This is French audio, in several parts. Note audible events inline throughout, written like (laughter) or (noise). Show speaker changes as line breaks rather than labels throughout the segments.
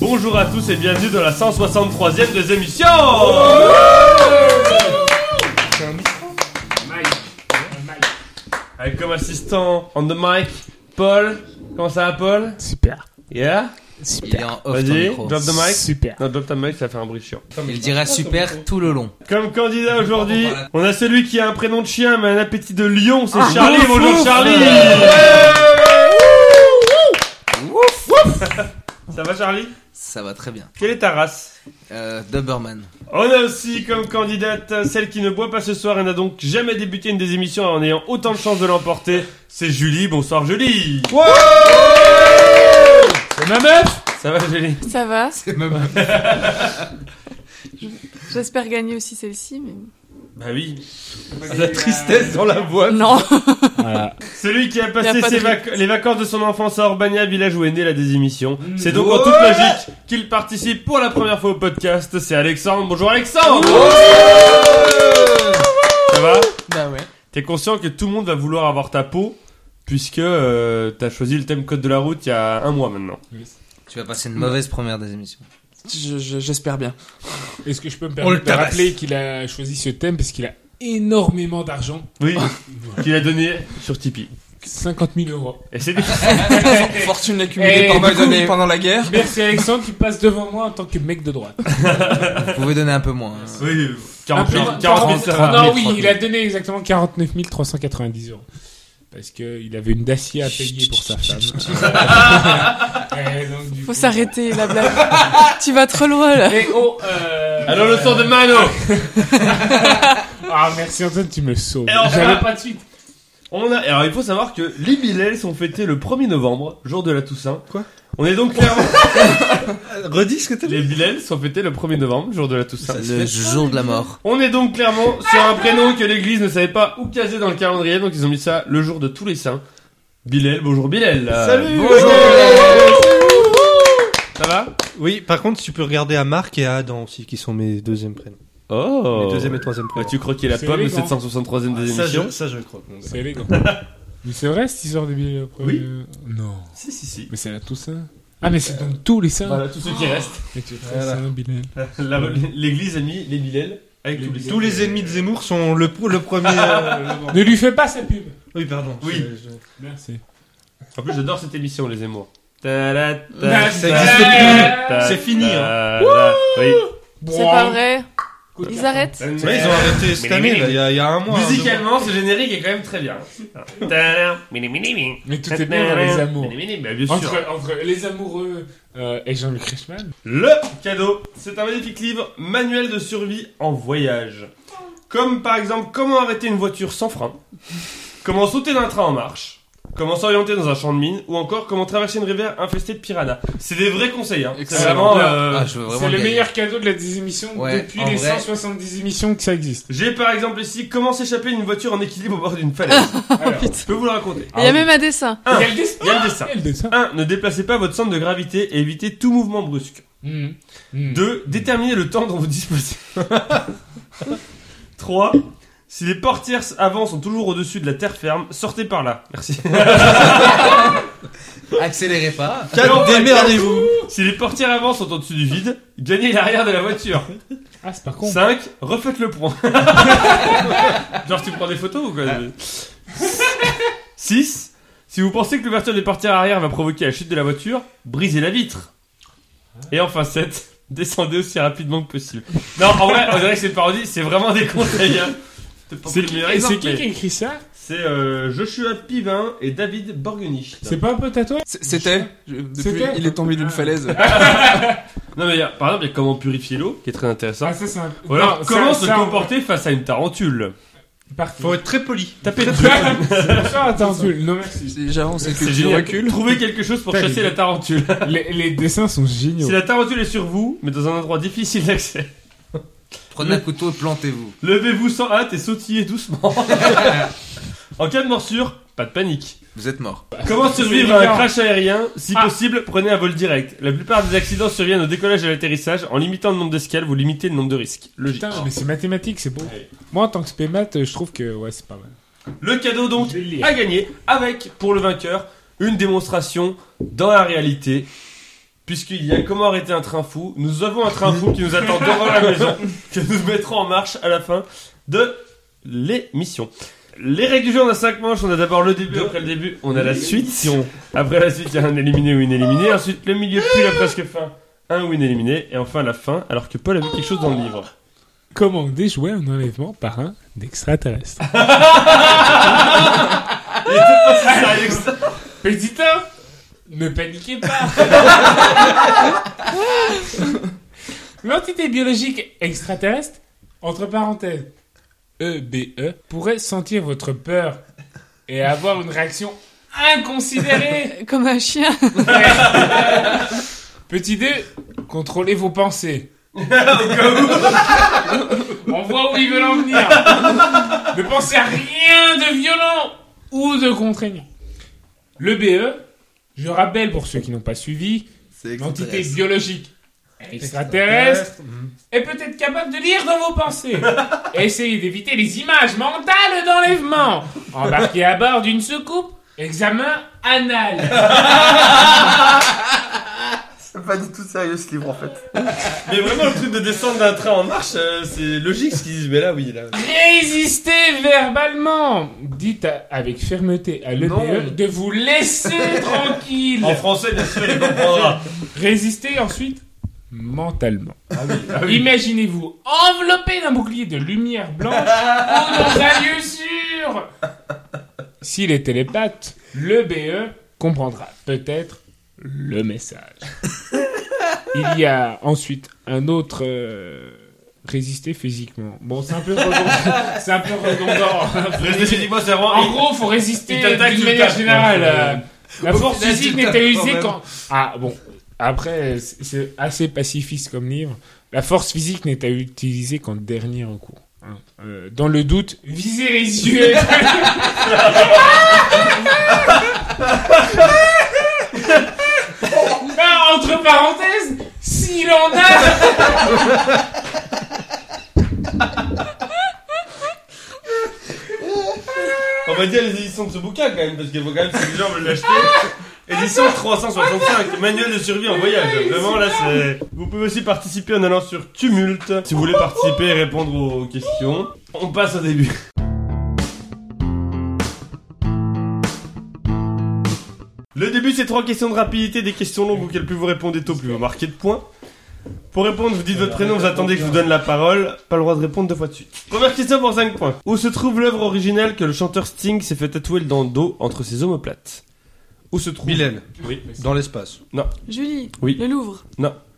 Bonjour à tous et bienvenue dans la 163e des émissions Avec comme assistant on the mic, Paul. Comment ça va, Paul
Super.
Yeah
Il est
Super.
en off ton
Vas-y,
micro.
drop the mic.
Super.
Non, drop ta mic, ça fait un bruit chiant.
Il dira super tout le long.
Comme candidat aujourd'hui, on a celui qui a un prénom de chien mais un appétit de lion, c'est Charlie.
Ah, ouf,
Bonjour
ouf.
Charlie (laughs) Ça va Charlie
Ça va très bien.
Quelle est ta race
Euh, Doberman.
On a aussi comme candidate euh, celle qui ne boit pas ce soir et n'a donc jamais débuté une des émissions en ayant autant de chances de l'emporter. C'est Julie. Bonsoir Julie.
C'est ma meuf
Ça va Julie
Ça va
C'est même.
J'espère gagner aussi celle-ci, mais...
Bah oui. La tristesse dans la voix.
Non
Voilà.
Celui qui a
Y
passé
a pas de
ses vac- les vacances de son enfance à Urbania, village où est née la désémission. C'est donc en toute logique qu'il participe pour la première fois au podcast. C'est Alexandre. Bonjour Alexandre. Ça va
Bah ouais.
T'es conscient que tout le monde va vouloir avoir ta peau puisque euh, t'as choisi le thème code de la route il y a un mois maintenant.
Tu vas passer une mauvaise première des émissions.
Je- je- J'espère bien.
Est-ce que je peux me
On le
permettre de
tabasse.
rappeler qu'il a choisi ce thème parce qu'il a énormément d'argent
Oui. (laughs) qu'il a donné sur Tipeee.
50 000 euros.
Et c'est des-
Fortune
Eh,
accumulée par
bah,
Macron
j'en ai-
pendant la guerre.
Merci Alexandre qui passe devant moi en tant que mec de droite.
Vous pouvez donner un peu moins. hein.
(laughs) Oui,
Un
40
peu-
000, 40 000, ça va.
Non,
30
oui,
000.
il a donné exactement 49 390 euros. Parce qu'il avait une Dacia à payer pour sa femme. (laughs) Eh, donc, du
Faut
coup-
s'arrêter, la blague. tu vas trop loin, là.
Mais oh, euh...
Alors le son de Mano
Ah, merci Antoine, tu me sauves.
Et enfin-
J'avais pas de suite.
On a... Alors il faut savoir que les Millets sont fêtés le 1er novembre, jour de la Toussaint. Quoi On est donc (laughs) clairement...
Redis ce que t'as dit.
les Millets sont fêtés le 1er novembre, jour de la Toussaint.
Le jour de la mort.
On est donc clairement sur un prénom que l'église ne savait pas où caser dans le calendrier, donc ils ont mis ça le jour de tous les saints. Bilal, bonjour Bilal Euh,
Salut
bonjour. Ça va
Oui, par contre, tu peux regarder à Marc et à Adam aussi, qui sont mes deuxièmes prénoms.
Oh
Mes deuxième et troisième
Ah,
prénoms.
Tu croquais la
C'est
pomme, le
élégant.
763ème des
Ah, ça,
émissions
je, ça, je crois. mon gars.
C'est élégant. Mais c'est vrai cette histoire de billets euh,
Oui.
Non.
Si, si, si.
Mais c'est la Toussaint. Ah, mais c'est donc tous les saints.
Voilà, tous ceux qui restent.
Mais tu es très
Voilà.
saint, Bilal.
La- L'église a mis les Bilal avec tous les...
Tous les euh, ennemis de Zemmour sont le, le premier.
Ah
euh, le-
Ne lui fais pas sa pub.
Oui, pardon.
Oui.
Je- je-
Merci.
En plus, j'adore cette émission, les Zemmour.
Ça existe plus. C'est fini,
Oui.
C'est pas vrai Ils arrêtent
C'est vrai, ils ont hein. arrêté cette
Mais-
année, là, il y a- il y, a un mois. un
Musicalement, ce générique est quand même très bien.
Mais tout est bien dans les amours.
Bah, bien sûr.
Entre, entre les amoureux euh, et Jean-Luc Reichmann.
Le cadeau, c'est un magnifique livre, Manuel de survie en voyage. Comme par exemple, comment arrêter une voiture sans frein, comment sauter d'un train en marche, comment s'orienter dans un champ de mine, ou encore comment traverser une rivière infestée de piranhas. C'est des vrais conseils, hein. C'est
Excellent.
vraiment. euh,
Ah, je veux vraiment
C'est le
gagner.
meilleur cadeau de la des émissions
Ouais,
depuis
en
les
vrai.
170 émissions que ça existe.
J'ai par exemple ici comment s'échapper d'une voiture en équilibre au bord d'une falaise.
Oh,
Alors,
Je peux vous le raconter.
Il y a même un dessin.
Il y a le dessin.
Il y a le dessin.
Il y a le dessin.
1. Ne déplacez pas votre centre de gravité et évitez tout mouvement brusque.
Mhm. Mhm.
2. Déterminez le temps dont vous disposez. (laughs) 3. Si les portières avant sont toujours au-dessus de la terre ferme, sortez par là. Merci.
Accélérez pas.
mois. Quatre, démerdez-vous.
si les portières avant sont au-dessus du vide, gagnez l'arrière de la voiture.
Ah, c'est pas con.
5. Refaites le point. (laughs) Genre, tu prends des photos ou quoi 6. Si vous pensez que l'ouverture des portières arrière va provoquer la chute de la voiture, brisez la vitre. Et enfin 7. Descendez aussi rapidement que possible. Non, en vrai, on dirait que c'est une parodie, c'est vraiment des conseils. hein. C'est pas
C'est
pour
qui,
le
et
mérite,
c'est qui
mais-
qui a écrit ça
C'est euh, Joshua Pivin et David Borgenich.
C'est pas un peu tatoué
C'est- C'était. je- depuis,
C'était
Il est tombé d'une falaise.
Non, mais il y a- par exemple, il y a comment purifier l'eau, qui est très intéressant.
Ah, ça c'est un.
Ou alors,
Non, ça-
comment se
ça-
comporter face à une tarentule
Par-
Faut être très poli.
(laughs)
Tapez
Attention, attention, non
(laughs)
merci.
J'avance et que
C'est
tu
génial.
recules.
Trouvez quelque chose pour
Putain,
chasser
il est-
la tarentule.
Les, les dessins sont géniaux.
Si la tarentule est sur vous, mais dans un endroit difficile d'accès, (laughs)
Prenez un couteau et plantez-vous.
levez-vous sans hâte et sautillez doucement. (laughs) en cas de morsure, pas de panique.
Vous êtes mort.
Comment survivre à un
évident.
crash aérien Si
Ah.
possible, prenez un vol direct. La plupart des accidents surviennent au décollage et à l'atterrissage. En limitant le nombre d'escales, vous limitez le nombre de risques. Logique.
Putain, mais c'est mathématique, c'est beau.
Ouais.
Moi en tant que spémat, euh, je trouve que ouais, c'est pas mal.
Le cadeau donc
Je vais le lire.
à gagner avec, pour le vainqueur, une démonstration dans la réalité. Puisqu'il y a comment arrêter un train fou, nous avons un train fou qui nous attend devant la maison, que nous mettrons en marche à la fin de l'émission. Les règles du jeu, on a 5 manches, on a d'abord le début, après le début, on a la suite. Après la suite, il y a un éliminé ou une éliminée, ensuite le milieu, puis la presque fin, un ou une éliminée, et enfin la fin, alors que Paul a vu quelque chose dans le livre.
Comment déjouer un enlèvement par un extraterrestre
Il était pas si (laughs) sérieux que ça.
Petit 1, ne paniquez pas (laughs) L'entité biologique extraterrestre, entre parenthèses, EBE, pourrait sentir votre peur et avoir une réaction inconsidérée.
Comme un chien.
Petit 2, contrôlez vos pensées. On voit où ils veulent en venir. Ne pensez à rien de violent ou de contraignant. Le BE, je rappelle pour ceux qui n'ont pas suivi,
C'est
l'entité biologique extraterrestre est peut-être capable de lire dans vos pensées. Essayez d'éviter les images mentales d'enlèvement. Embarquez à bord d'une soucoupe, examen anal.
C'est pas du tout sérieux ce livre en fait.
Mais vraiment, le truc de descendre d'un train en marche, euh, c'est logique ce qu'ils disent, mais là, oui, là.
Résistez verbalement. Dites à- avec fermeté à l'EBE de vous laisser tranquille.
En français, bien sûr, il comprendra.
Résistez ensuite mentalement.
Ah oui.
Imaginez-vous enveloppé d'un bouclier de lumière blanche ou dans un lieu sûr. S'il est télépathe, le BE comprendra peut-être le message. Il y a ensuite un autre euh, résister physiquement. Bon, c'est un peu redondant. (laughs) c'est un peu redondant.
Restez-moi, c'est vraiment.
En gros, faut résister
Il t'attaque,
d'une
tu
manière
tapes.
générale. euh, La
Au
force
final, tu
physique
le tapes
n'était
quand
usée
même.
quand. Ah bon. Après, c'est c'est assez pacifiste comme livre. La force physique n'était utilisée qu'en dernier recours. hein. Euh, dans le doute, visez les yeux. Ah, entre parenthèses, s'il en a.
On va dire les éditions de ce bouquin quand même, parce qu'il faut quand même que les gens veulent l'acheter. Édition 365, manuel de survie en voyage. Vraiment là, c'est. Vous pouvez aussi participer en allant sur Tumult si vous voulez participer et répondre aux questions. On passe au début. Le début, c'est trois questions de rapidité, des questions longues auxquelles plus vous répondez tôt, plus vous marquez de points. Pour répondre, vous dites votre prénom, vous attendez que je vous donne la parole. Pas le droit de répondre deux fois de suite. Première question pour 5 points. Où se trouve l'œuvre originale que le chanteur Sting s'est fait tatouer dans le dos entre ses omoplates Où se trouve
Mylène,
Oui. (laughs)
dans l'espace.
Julie.
Oui.
Le Louvre.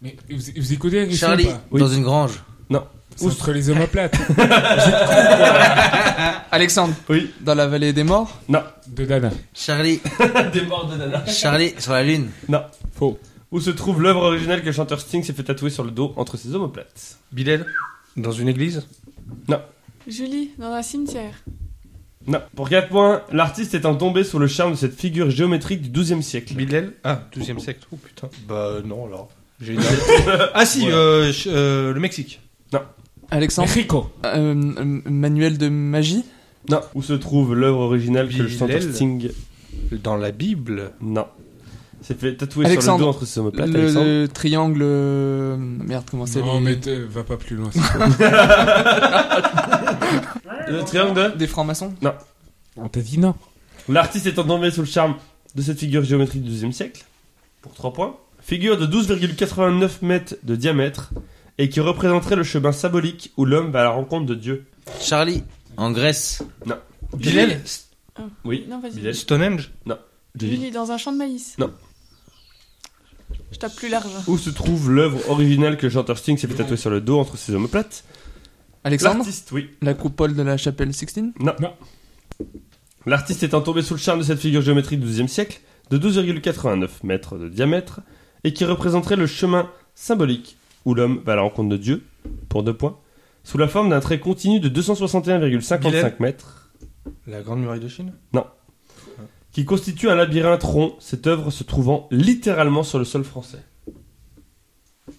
Mais vous, vous écoutez la question
Charlie,
ou pas
Oui.
dans une grange.
C'est entre les omoplates
Alexandre.
Oui.
Dans la vallée des morts.
de Dana.
Charlie,
Des morts de nana.
Charlie, sur la lune.
Faux.
Où se trouve l'œuvre originale que le chanteur Sting s'est fait tatouer sur le dos entre ses omoplates
Bilal, dans une église.
Julie, dans un cimetière.
Non. Pour 4 points, l'artiste étant tombé sous le charme de cette figure géométrique du 12 siècle.
Bilal, ah, deuxième siècle. Oh putain. Bah non alors. J'ai une ah si, euh, ch- euh, le Mexique.
Alexandre.
(laughs) Rico.
Euh, euh, manuel de magie.
Non. Où se trouve l'œuvre originale que le
Bilal.
chanteur Sting
Dans la Bible.
Non. S'est fait tatouer sur
Alexandre.
le dos entre ses omoplates.
le,
Alexandre
le triangle. euh, Merde, comment c'est
Non,
les-
mais te- va pas plus loin.
le triangle de
Des francs-maçons.
On t'a dit non.
L'artiste étant tombé sous le charme de cette figure géométrique du XIIe siècle, pour 3 points, figure de 12,89 mètres de diamètre et qui représenterait le chemin symbolique où l'homme va à la rencontre de Dieu.
Charlie, en Grèce.
Bilal, S-
Oui,
Non, vas-y.
Bilal.
Stonehenge.
Julie.
Julie, dans un champ de maïs.
Non.
Je tape plus large.
Où se trouve l'œuvre originale que le chanteur Sting s'est fait tatouer sur le dos entre ses omoplates
Alexandre.
L'artiste, oui.
La coupole de la chapelle Sixtine.
L'artiste étant tombé sous le charme de cette figure géométrique du XIIe siècle, de 12,89 mètres de diamètre et qui représenterait le chemin symbolique où l'homme va à la rencontre de Dieu, pour 2 points, sous la forme d'un trait continu de 261,55
Bilal.
mètres.
La Grande Muraille de Chine.
qui constitue un labyrinthe rond, cette œuvre se trouvant littéralement sur le sol français.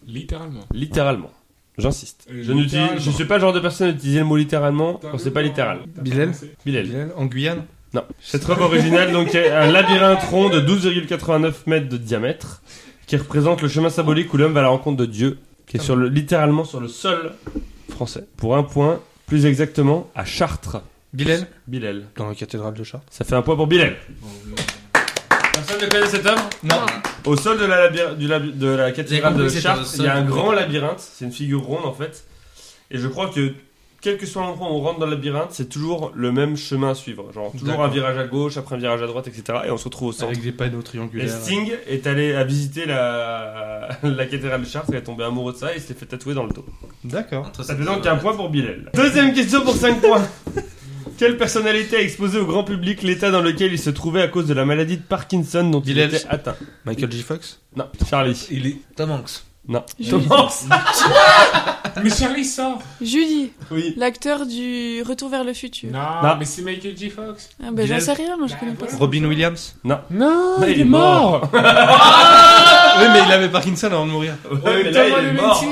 Littéralement.
Littéralement. J'insiste.
Euh,
Je n'utilise,
littéralement.
je suis pas le genre de personne à utiliser le mot littéralement quand c'est pas littéral.
Bilal.
Bilal.
Bilal, en Guyane.
Non. Cette œuvre originale donc est un labyrinthe rond de 12,89 mètres de diamètre qui représente le chemin symbolique où l'homme va à la rencontre de Dieu, qui est sur le, littéralement sur le sol français. Pour un point, plus exactement, à Chartres.
Bilal
Bilel.
Dans la cathédrale de Chartres.
Ça fait un point pour Bilel. Personne ne connaît cette œuvre
Non.
Au sol de la, labyr- du lab- de la cathédrale
Vous
de
avez compris que c'était au
Chartres,
sol.
il y a un grand labyrinthe. C'est une figure ronde en fait. Et je crois que quel que soit l'endroit où on rentre dans le labyrinthe, c'est toujours le même chemin à suivre. Genre toujours
D'accord.
un virage à gauche, après un virage à droite, etc. Et on se retrouve au centre.
Avec des panneaux
Et
triangulaires.
Sting est allé à visiter la, (laughs) la cathédrale de Chartres, il est tombé amoureux de ça et il s'est fait tatouer dans le dos.
D'accord.
Entre
Ça
cette-
fait donc un point pour Bilal. Deuxième question pour 5 (laughs) points. Quelle personnalité a exposé au grand public l'état dans lequel il se trouvait à cause de la maladie de Parkinson dont
Bilal.
il était atteint
Michael J. Fox
Non, Charlie.
Il est.
Tom Hanks.
Julie.
Thomas
Mais Charlie sort
Julie,
Oui.
l'acteur du Retour vers le futur.
Non,
Non.
mais c'est Michael J. Fox.
Ah, ben, j'en
Bilal.
sais rien, moi je connais pas ça.
Robin Williams
Non,
Mais
il, est mort,
Oui, mais il avait Parkinson avant de mourir.
Ouais, mais là, il est mort.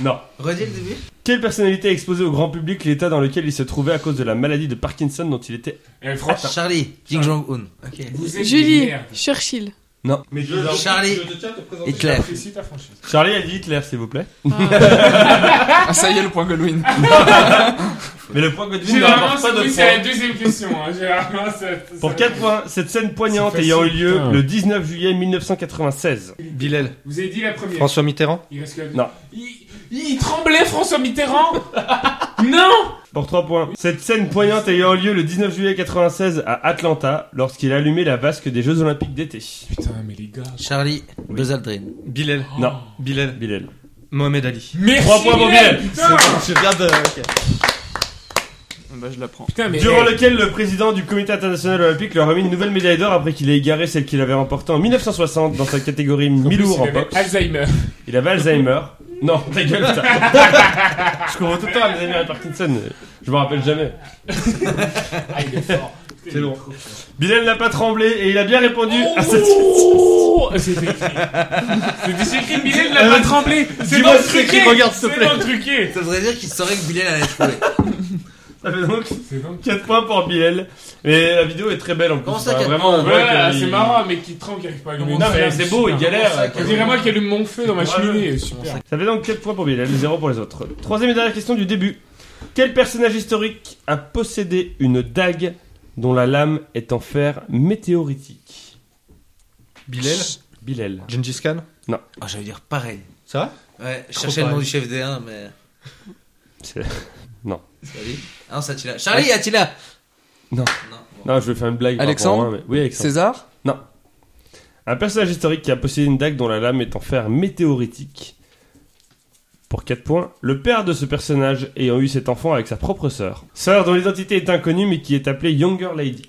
Non.
Redis le début.
Quelle personnalité a exposé au grand public l'état dans lequel il se trouvait à cause de la maladie de Parkinson dont il était
Et franchement,
Ah, Charlie. Kim Jong-un.
Eh, vous êtes des
Julie,
merdes.
Churchill.
Non.
Mais
Charlie. Hitler.
J'apprécie ta franchise.
Charlie a dit Hitler, s'il vous plaît.
Ah,
Ah, ça y est, le point Goldwin.
Mais le point que tu ne
Généralement,
rapporte pas
c'est
de
oui, c'est la
points.
deuxième question. hein. Généralement, ça- ça-
Pour 4 points, cette scène poignante
C'est
ayant eu
facile,
lieu
putain.
le 19 juillet 1996.
Bilal.
Vous avez dit la première.
François Mitterrand
Il reste que la deuxième.
Non.
Il, il tremblait, François Mitterrand (laughs) Non
Pour 3 points, cette scène poignante ayant eu lieu le 19 juillet 1996 à Atlanta lorsqu'il allumait la vasque des Jeux Olympiques d'été.
Putain, mais les gars.
Charlie. Buzz Aldrin.
Bilal.
Non.
Bilal.
Bilal.
Mohamed Ali.
Merci
Trois points pour
Bilal,
Bilal.
Putain,
Je regarde.
Bah, je la prends.
Putain, mais.
Durant
eh,
lequel le président du comité international olympique leur a mis une nouvelle médaille d'or après qu'il ait égaré celle qu'il avait remportée en 1960 dans sa catégorie
en plus,
mi-lourd
il
en
avait
boxe.
Alzheimer.
Il avait Alzheimer. Non, ta gueule, putain. Je comprends tout le temps Alzheimer et Parkinson. Je me rappelle jamais.
Ah, il est fort.
C'est lourd. Bilal n'a pas tremblé et il a bien répondu à cette
Oh (laughs) C'était écrit. C'était écrit, Bilal n'a pas tremblé. C'est
dis-moi
dans le
si c'est écrit,
truqué.
regarde, s'il te
C'est
plaît.
dans le truqué.
Ça voudrait dire qu'il saurait que Bilal allait trouver.
Ça fait donc (laughs)
C'est dans le
4 points pour Bilal. Mais la vidéo est très belle en plus.
Comment ça,
Enfin,
quatre
Vraiment, on voit
Ouais,
que
c'est
il-
marrant, mais qui tremble, qui arrive pas à allumer
Non,
une
mais
flamme,
c'est beau, il
putain.
galère.
On dirait moi qui allume mon feu dans ma
Bravo.
cheminée. Super.
Ça fait donc 4 points pour Bilal, 0 pour les autres. Troisième et dernière question du début. Quel personnage historique a possédé une dague dont la lame est en fer météoritique
Bilal.
Bilal.
Gengis Khan.
(laughs) Oh, j'allais dire pareil.
Ça va
Ouais, je
Trop
cherchais le nom
pareil.
du chef des 1, mais.
C'est- (laughs) Non.
Charlie. Ah non, c'est Attila. Charlie, Attila.
Non.
Non. bon.
Non, je vais faire une blague. par
Alexandre
rapport à moi, mais- Oui, Alexandre.
César
Un personnage historique qui a possédé une dague dont la lame est en fer météoritique. Pour 4 points, le père de ce personnage ayant eu cet enfant avec sa propre sœur. Sœur dont l'identité est inconnue mais qui est appelée Younger Lady.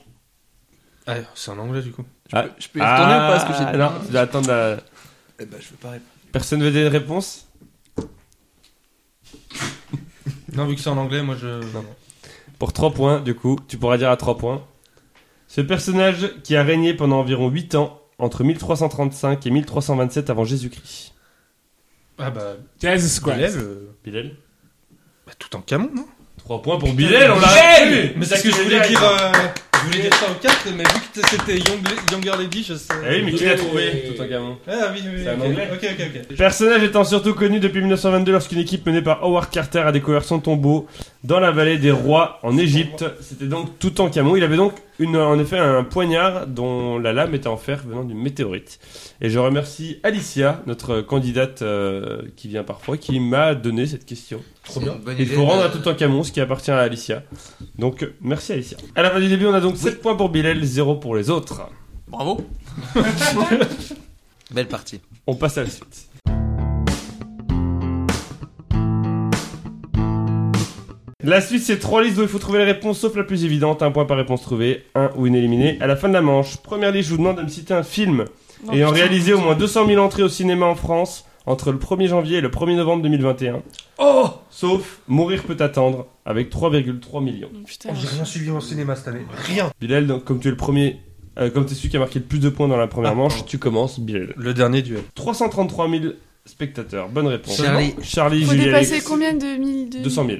Ah, c'est en anglais du coup.
Je peux y retourner ou pas ce que j'ai dit
Ah, Non, tu dois attendre la...
Eh ben, je veux pas répondre.
Personne veut donner de réponse
Non, vu que c'est en anglais, moi je.
Pour 3 points, du coup, tu pourras dire à 3 points. Ce personnage qui a régné pendant environ 8 ans, entre 1335 et 1327 avant Jésus-Christ.
Ah bah,
Jazz Squad.
Bilal. euh,
Bilal
bah, tout en camon, non
3 points pour Bilal, on l'a
Bilal
eu
Mais c'est ce que je voulais dire. euh, Je voulais dire ça en 4, mais vu que c'était Young- Younger Lady, je sais.
Ah oui, mais qui l'a
Bilal
trouvé
est-
tout en gamin
Ah oui, oui, oui.
C'est en
ok.
anglais.
Ok, ok, ok.
Personnage étant surtout connu depuis 1922 lorsqu'une équipe menée par Howard Carter a découvert son tombeau dans la vallée des rois en Égypte. C'était donc Toutankhamon. Il avait donc une, en effet un poignard dont la lame était en fer venant d'une météorite. Et je remercie Alicia, notre candidate euh, qui vient parfois, qui m'a donné cette question.
Trop bien. Bonne
Il
idée
faut rendre
de-
à Toutankhamon ce qui appartient à Alicia. Donc merci Alicia. À la fin du début, on a donc 7 points pour Bilal, 0 pour les autres.
Bravo.
Belle partie.
On passe à la suite. La suite, c'est trois listes où il faut trouver les réponses, sauf la plus évidente. Un point par réponse trouvée, un ou une éliminée. À la fin de la manche, première liste, je vous demande de me citer un film
non,
ayant
putain.
réalisé au moins 200 000 entrées au cinéma en France entre le 1er janvier et le 1er novembre 2021.
Oh
Sauf Mourir peut attendre avec 3,3 millions.
Putain.
rien suivi en cinéma cette année. Rien
Bilal, donc, comme tu es le premier, euh, comme tu es celui qui a marqué le plus de points dans la première
Ah,
manche,
pardon.
tu commences, Bilal.
Le dernier duel.
333 000 spectateurs. Bonne réponse.
Charlie.
Charlie,
Faut
Julie,
dépasser
Alex-
combien de mille de...
200 000.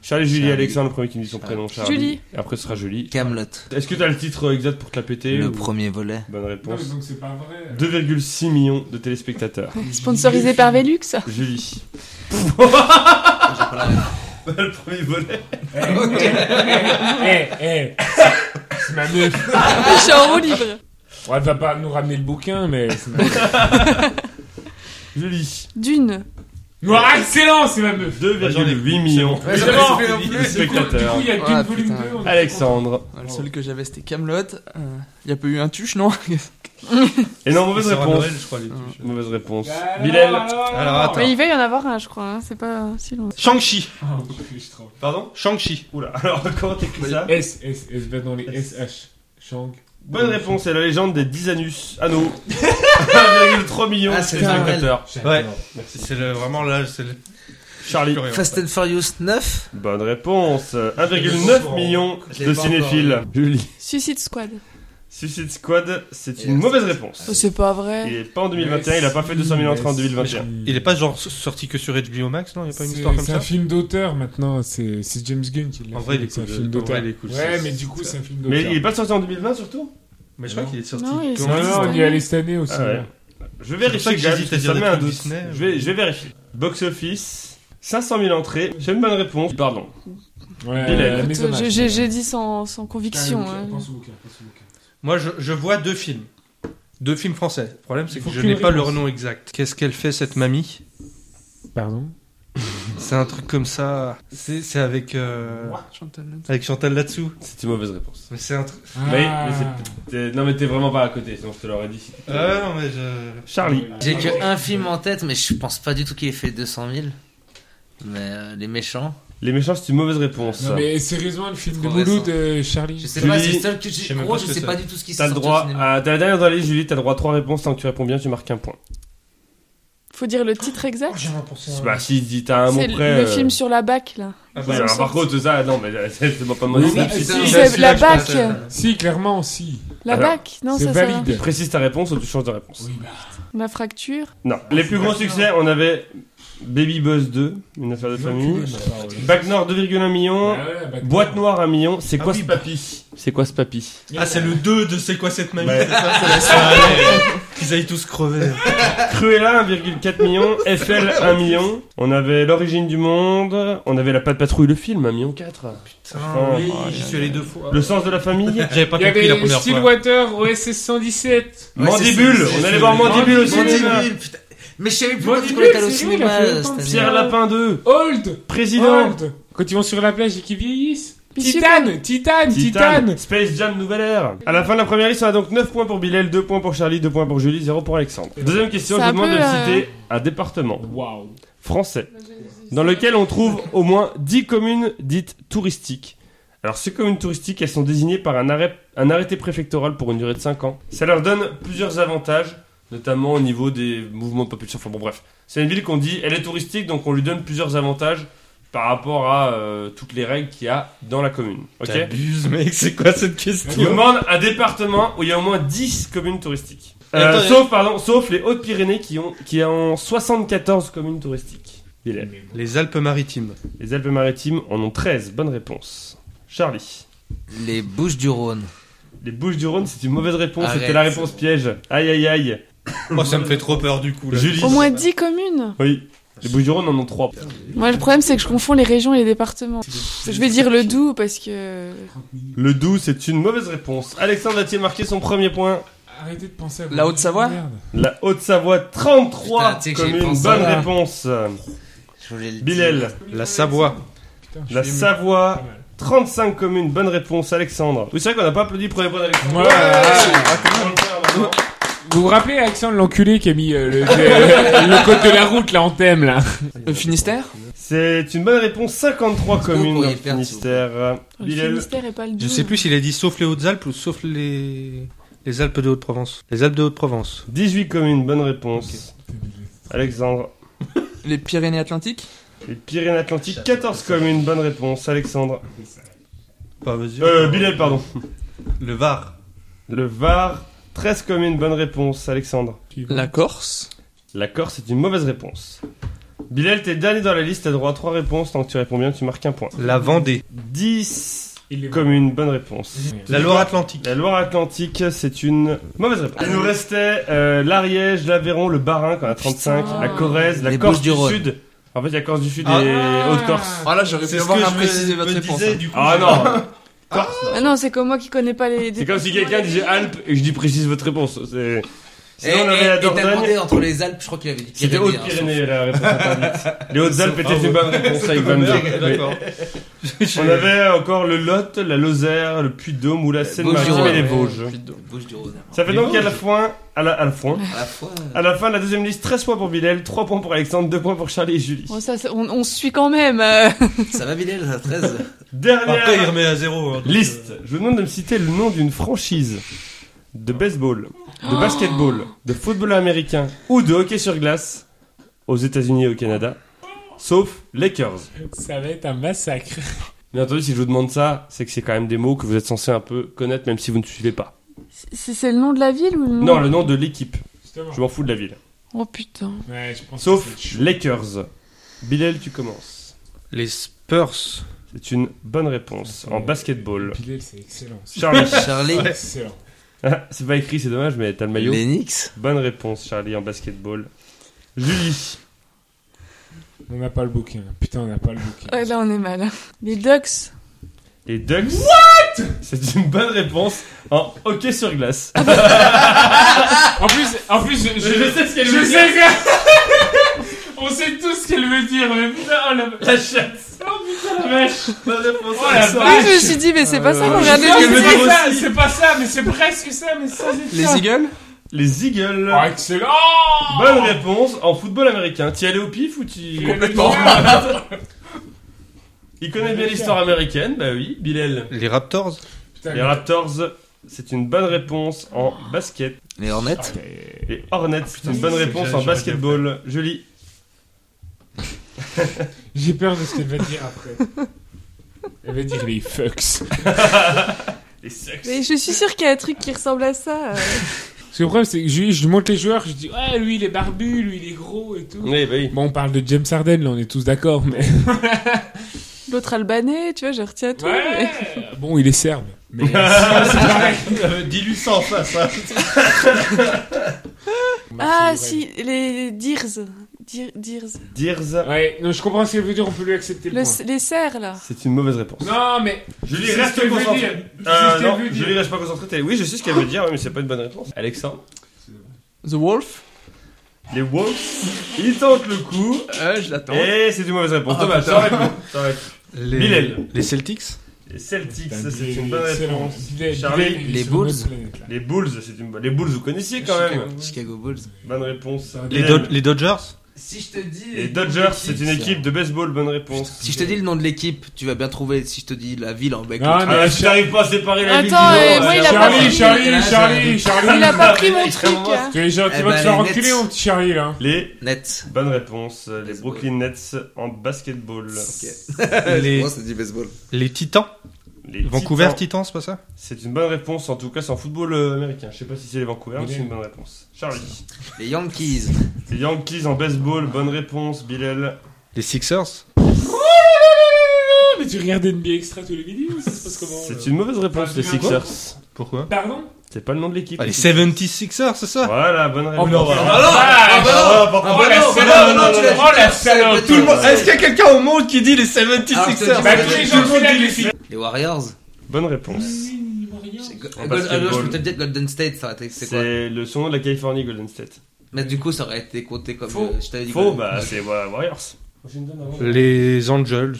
Charlie, Julie,
Charlie.
Alexandre, le premier qui me dit son prénom, Charlie.
Julie.
Et après, ce sera Julie.
Camelot.
Est-ce que t'as le titre exact pour te la péter
Le
ou-
premier volet.
Bonne
Non, mais
réponse.
donc c'est pas vrai.
2,6 millions de
(laughs)
téléspectateurs.
Sponsorisé par Velux
(laughs)
Julie. le premier volet.
(laughs) Eh, eh, c'est ma meuf.
Je suis en roue libre.
Ouais, elle va pas nous ramener le bouquin, mais. c'est ma meuf.
Julie.
D'une.
Noir, excellent, c'est ma meuf.
2,8 millions
Ouais,
de
j'aurais
Évidemment.
fait non
de
plus.
Du coup, du
spectateurs.
coup, il y a
Ah,
qu'une volume
putain.
2. on est
Alexandre.
Ah, Le seul que j'avais, c'était Camelot. Il y a pas eu un tuche, non (laughs)
Et non, mauvaise
C'est à
réponse.
Noël, je crois, les
Ah.
touches.
Mauvaise réponse.
content. Alors,
Bilal.
Alors,
Ah.
attends.
Mais il va y en avoir un, je crois. hein. C'est pas euh, si loin.
Shang-Chi.
Oh, je suis trop-
Pardon
Shang-Chi.
Oula, alors comment
Bah,
t'écris ça
S, S, S, va dans les SH. Shang.
Bonne réponse, c'est la légende des 10 anus. Anneaux. 1,3 millions de
Ah, c'est Marvel.
téléspectateurs.
Ouais. C'est le- vraiment là, c'est le
Charlie.
plus rien.
Fast and Furious 9.
Bonne réponse. 1,9 millions
Je l'ai
de
pas encore
cinéphiles. Julie.
Suicide Squad.
Suicide Squad, c'est
Et
une
là,
mauvaise
c'est-
réponse.
Oh, c'est pas
Il
vrai.
est pas en 2021, il a pas fait 200 000 entrées en 2021.
Il est pas genre sorti que sur HBO Max, non Il y a pas une
C'est-
histoire comme
C'est
ça
un film d'auteur maintenant, c'est c'est James Gunn qui l'a
En
fait,
vrai, il est
c'est un
cool,
film
en
d'auteur.
vrai, il est cool,
Ouais,
ça,
mais
ça,
du coup,
ça.
c'est un film d'auteur.
Mais il est pas sorti en 2020 surtout
Mais je crois
Non.
qu'il est sorti.
Non, il est
Non,
sorti
non,
cette
on y est allé
année.
cette année aussi.
Ah ouais.
hein.
Je
C'est pour
vérifie,
ça que
gars,
j'hésite
parce
à dire
ça
des
met un
trucs
doute.
Disney.
Je vais, je vais vérifier. Box office, 500 000 entrées. J'ai une bonne réponse. Pardon.
Ouais,
Bilal.
euh,
Écoute,
Maison
je-
Hachette.
J'ai j'ai dit sans, sans
Putain,
conviction.
le bouquin,
hein.
Ah, pense au bouquin, pense au bouquin.
Moi, je, je vois deux films. Deux films français. Le problème, c'est
Il
que
faut
je
qu'une
n'ai pas
réponse.
leur nom exact. Qu'est-ce qu'elle fait, cette mamie
Pardon
C'est un truc comme ça. C'est c'est avec, euh,
Chantal
avec Chantal là-dessous.
C'était une mauvaise réponse.
Mais c'est un truc.
Mais-
Ah.
mais c'est- T'es- Non mais t'es vraiment pas à côté, sinon je te l'aurais dit.
Ah non, mais je.
Charlie.
J'ai que un film en tête, mais je pense pas du tout qu'il ait fait 200 000. Mais euh, les méchants.
Les méchants, c'est une mauvaise réponse.
Non, mais sérieusement, le film de
Trop
Mouloud,
récent.
euh, Charlie.
Je sais
Julie,
pas, c'est le seul que
je
j'ai.
sais même
Gros,
pas
je
ce que
sais
c'est.
pas du tout ce qui
T'as
se
le
sorti au
droit
cinéma.
à... T'as la dernière dans la liste, Julie, t'as le droit à 3 réponses. Tant que tu réponds bien, tu marques un point.
Faut dire le titre exact.
Bah si, dis, t'as un mot
C'est
près...
le, le
euh,
film sur la bac, là.
Ah,
ouais,
bah,
alors, par contre, ça, non, mais euh, c'est c'est pas mon
Oui,
idée.
mais-
Si-
si,
si-
bah, c'est-
celui-là,
la
je pense
bac.
à ça.
Si, clairement, si.
La
Alors,
bac. Non,
c'est
ça, ça va.
valide.
Précise ta réponse ou tu changes de réponse.
Oui, bah,
La fracture.
Non. Les plus gros succès, on avait Baby Buzz 2, une affaire de famille.
bah.
Bac Nord 2,1 millions.
Ah
Boîte noire 1 million. C'est
Ah
quoi
oui,
ce
bah-
papy C'est quoi ce papy
Ah, c'est le 2 de C'est quoi cette mamie
Ouais.
C'est ça, c'est la série. Qu'ils aillent tous crever.
Cruella 1,4 million. FL 1 million. On avait L'origine du monde. On avait La Patte Patrouille, le film 1 million 4.
Putain, oui,
Oh,
j'y suis allé deux fois.
Le sens de la famille.
J'avais pas
Il y
compris la
avait
première fois.
Stillwater au SS 117.
Ouais,
Mandibule.
c'est- c'est-
On allait
c'est-
voir Mandibule au
Mandibule.
cinéma.
Mandibule, putain. Mais je savais plus
Moi,
quand
j'ai
on
vu,
était allé au
c'est vrai, il a
cinéma.
fait
euh,
longtemps.
cette
Pierre
année.
Lapin 2.
Old.
Président.
Old. Quand ils vont sur la plage et qu'ils vieillissent.
Monsieur
Titane, Titane, Titane.
Space Jam Nouvelle Ère. À la fin de la première liste, on a donc 9 points pour Bilal, 2 points pour Charlie, 2 points pour Julie, 0 pour Alexandre. Deuxième question,
C'est
je
un
vous demande
peu,
de
euh,
citer un département
Waouh.
français dans lequel on trouve au moins 10 communes dites touristiques. Alors ces communes touristiques, elles sont désignées par un, arrêt- un arrêté préfectoral pour une durée de 5 ans. Ça leur donne plusieurs avantages, notamment au niveau des mouvements de population. Enfin bon bref, c'est une ville qu'on dit, elle est touristique, donc on lui donne plusieurs avantages par rapport à euh, toutes les règles qu'il y a dans la commune. Ok
T'abuses, mec, c'est quoi cette
je me
question
demande un département où il y a au moins 10 communes touristiques.
Et
Euh,
attends,
sauf, pardon, sauf les Hautes-Pyrénées qui ont, qui ont 74 communes touristiques. Bilal.
Les Alpes-Maritimes.
Les Alpes-Maritimes en ont 13. Bonne réponse. Charlie.
Les Bouches du Rhône.
Les Bouches-du-Rhône, c'est une mauvaise réponse.
Arrête.
C'était la réponse piège. Aïe, aïe, aïe.
Oh, ça me fait trop peur du coup. Là.
Julie.
Au moins 10 communes.
Oui. Les Bouches-du-Rhône en ont 3.
Moi, le problème, c'est que je confonds les régions et les départements. Je vais dire le Doubs parce que.
Le Doubs, c'est une mauvaise réponse. Alexandre a-t-il marqué son premier point
Arrêtez de penser à
La Haute-Savoie
Merde.
La Haute-Savoie, 33
Putain, tu sais que j'y ai
communes.
pensé,
Bonne
là.
réponse.
Je voulais le dire.
Bilal.
La Savoie.
Putain, je
La
suis ému.
Savoie,
Pas mal.
35 communes, bonne réponse Alexandre. Oui, c'est vrai qu'on n'a pas applaudi pour les points d'Alexandre.
Ouais.
Ah,
Vous vous rappelez Alexandre l'enculé qui a mis
(laughs)
euh, le, le, le code de la route là en thème là
Le Euh, Finistère
C'est une bonne réponse, 53 communes
pourriez
dans le
perdre,
Finistère.
Le
Bilal,
Finistère et pas le Doubs.
Je sais plus s'il a dit sauf les Hautes-Alpes ou sauf les. Les Alpes de Haute-Provence. Les Alpes de Haute-Provence.
18 communes, bonne réponse. Alexandre.
Les Pyrénées-Atlantiques
Les Pyrénées-Atlantiques, 14 communes, bonne réponse Alexandre.
Pas mesure.
Euh, Bilal, pardon.
Le Var.
Le Var, 13 communes, bonne réponse Alexandre.
La Corse
La Corse est une mauvaise réponse. Bilal, t'es dernier dans la liste, t'as droit à 3 réponses. Tant que tu réponds bien, tu marques un point.
La Vendée.
10
Il est
comme une bonne réponse.
La Loire-Atlantique.
La Loire-Atlantique, c'est une mauvaise réponse. Il nous restait euh, l'Ariège, l'Aveyron, le Bas-Rhin, quand on a 35,
Putain.
la Corrèze, la
Les
Corse du
Bouches-du-Rhône.
Sud. En fait, la Corse du Sud
Ah.
et Haute-Corse.
Ah là, j'aurais pu avoir imprécisé votre réponse. hein.
du coup.
Ah non
Ah non, c'est comme moi qui connais pas les.
C'est comme si quelqu'un disait Alpes et je dis précise votre réponse. C'est... Sinon,
Eh,
on avait la
et t'as
Dordogne.
demandé entre les Alpes, je crois qu'il avait dit
C'était
Pyrénées. hein.
Hautes-Pyrénées, la réponse interdite. (laughs) Les Hautes-Alpes
Ah,
étaient une
ouais.
bonne réponse avec 22.
Ok, D'accord.
Oui. On avait encore le Lot, la Lozère, le Puy-de-Dôme ou la Seine-Maritime
Bouches-du-Rhône,
et les
ouais.
Vosges.
Bouches-du-Rhône.
Ça fait
Euh, Les
donc à la
Vosges.
fin, à la, à la fin,
À la fois. euh,
à la fin de la deuxième liste, 13 points pour Bilal, 3 points pour Alexandre, 2 points pour Charlie et Julie.
Bon, Oh, ça, c'est- on, on se suit quand même. euh.
Ça va, Bilal, à 13
Dernière
Après, il remet à zéro. hein, donc,
liste.
euh,
Je vous demande de me citer le nom d'une franchise de baseball, de basketball, de football américain ou de hockey sur glace aux États-Unis et au Canada, sauf Lakers.
Ça va être un massacre.
Bien entendu, si je vous demande ça, c'est que c'est quand même des mots que vous êtes censé un peu connaître, même si vous ne suivez pas.
(laughs) C'est c'est le nom de la ville ou le nom
Non, le nom de l'équipe.
Justement.
Je m'en fous de la ville.
Oh putain.
Ouais, je pense que c'est
Sauf
chaud.
Lakers. Bilal, tu commences.
Les Spurs.
C'est une bonne réponse en basketball.
Pilel, c'est excellent.
Charlie.
(laughs)
(laughs)
Charlie,
Excellent.
Ah, c'est pas écrit, c'est dommage, mais t'as le maillot.
l'Enix.
Bonne réponse, Charlie, en basketball. Julie.
On n'a pas le bouquin. Putain, on n'a pas le bouquin.
Ouais, là, on est mal. Les Ducks.
Les Ducks. C'est une bonne réponse en hockey sur glace.
En plus, en plus, je,
Ah, Je sais ce qu'elle
je
veut
sais que- (laughs) On sait tous ce qu'elle veut dire, mais putain, oh la, la chatte. Oh putain, la vache.
bonne réponse.
Oh la
Ah,
Oui,
vache.
je me suis dit, mais c'est pas
Euh,
ça qu'on
Je
regardait.
sais que
veut
c'est
dire
pas ça, C'est pas ça, mais c'est presque ça, mais ça, c'est
Les
ça.
Eagles
Les Eagles.
Oh, excellent.
Bonne réponse en football américain. T'y allais au pif ou t'y...
Complètement.
(laughs) Il connaît bien l'histoire américaine, bah oui, Bilal.
Les Raptors.
Putain,
Les Raptors, c'est une bonne réponse en basket.
Les Hornets.
Les Hornets, c'est une bonne
c'est
réponse
que
en
j'aurais
basketball. Julie.
J'ai peur de ce qu'elle va dire après. Elle va dire les fucks.
Les Sucks.
Mais je suis sûre qu'il y a un truc qui ressemble à ça. euh.
Parce que le problème, c'est que je, je lui montre les joueurs, je dis ouais, lui il est barbu, lui il est gros et tout.
Oui, bah oui.
Bon, on parle de James Harden, là on est tous d'accord, mais.
L'autre albanais, tu vois, je retiens tout.
Ouais.
mais-
Bon, il est serbe. Mais euh, sinon, c'est pareil.
Euh, (laughs) Dis-lui ça en face. hein.
Ah si, les Deers. Deer- Deers.
Dears,
Ouais, non, je comprends ce qu'elle veut dire, on peut lui accepter le,
Le-
point.
les cerfs, là.
c'est une mauvaise réponse.
Non, mais.
Julie,
C'est ce
reste
qu'elle veut
concentrée.
dire. C'est
Euh,
ce qu'elle
non,
veut dire.
Julie, reste pas concentrée. t'es- Oui, je sais ce qu'elle veut dire, oui, mais c'est pas une bonne réponse. Alexandre.
The Wolf
Les Wolves, ils tentent le coup.
Ouais, Euh, je l'attends.
Et c'est une mauvaise réponse. Dommage, ça aurait (laughs) pu. Ça aurait pu.
Les,
Ah, Bilal.
les Celtics.
Les Celtics,
Putain,
c'est
Bilal,
une bonne
excellent.
réponse.
Bilal,
Charlie,
Bilal, il est
les
sur une
Bulls.
autre planète, là.
Les Bulls, c'est une bonne. Les Bulls, vous connaissiez quand même.
Chicago Bulls.
Bonne réponse.
Les,
Bilal.
Do- les Dodgers.
Si je te dis.
Les Dodgers, c'est une équipe de baseball, bonne réponse.
Si je te dis le nom de l'équipe, tu vas bien trouver. Si je te dis la ville en bec.
Non, mais
Ah, si t'arrives pas à séparer la
Attends,
ville
euh,
du
moi, il a pas
Charlie,
pris-
Charlie,
Là,
Charlie,
Ah,
Charlie.
Il a pas pris mon truc. hein.
Tu es gentil,
Eh
va
ben,
te faire
les
enculer,
Nets.
mon petit Charlie, là.
Les
(laughs)
Net.
bonnes réponses, les
Baseball.
Brooklyn Nets en basketball.
les,
Moi, c'est du baseball.
les Titans.
Les
Vancouver
Titans,
Titans, c'est pas ça
c'est une bonne réponse, en tout cas c'est en football euh, américain. Je sais pas si c'est les Vancouver, mais
Oui.
c'est une bonne réponse. Charlie.
Les Yankees.
Les Yankees en baseball, bonne réponse. Bilal.
Les Sixers.
Non, Oh, mais tu regardes NBA Extra tous les vidéos, ça se passe comment
C'est
là
une mauvaise réponse,
Ah,
les
c'est bien.
Sixers.
Pourquoi
Pardon
C'est pas le nom de l'équipe.
ah, Les 76ers, c'est ça
Voilà, bonne réponse.
non,
Voilà.
voilà. Ah,
bah non
Oh la
non, bah
salope,
non, non, tu l'as
oh la
dit, ça,
salope.
c'est
Tout le monde-
pas-
qu'il y a quelqu'un au monde qui dit les
Alors, je te dis-
Bah, tous les gens qui l'aiment, les filles.
Les Warriors.
Bonne réponse.
C'est go-
En
Gold- ah, non,
basketball.
je peux peut-être dire Golden State, ça aurait été- c'est quoi
C'est le surnom de la Californie, Golden State.
Mais du coup, ça aurait été compté comme.
Faux.
euh, je t'avais dit
Faux,
Golden-
bah c'est voilà, Warriors.
Les Angels.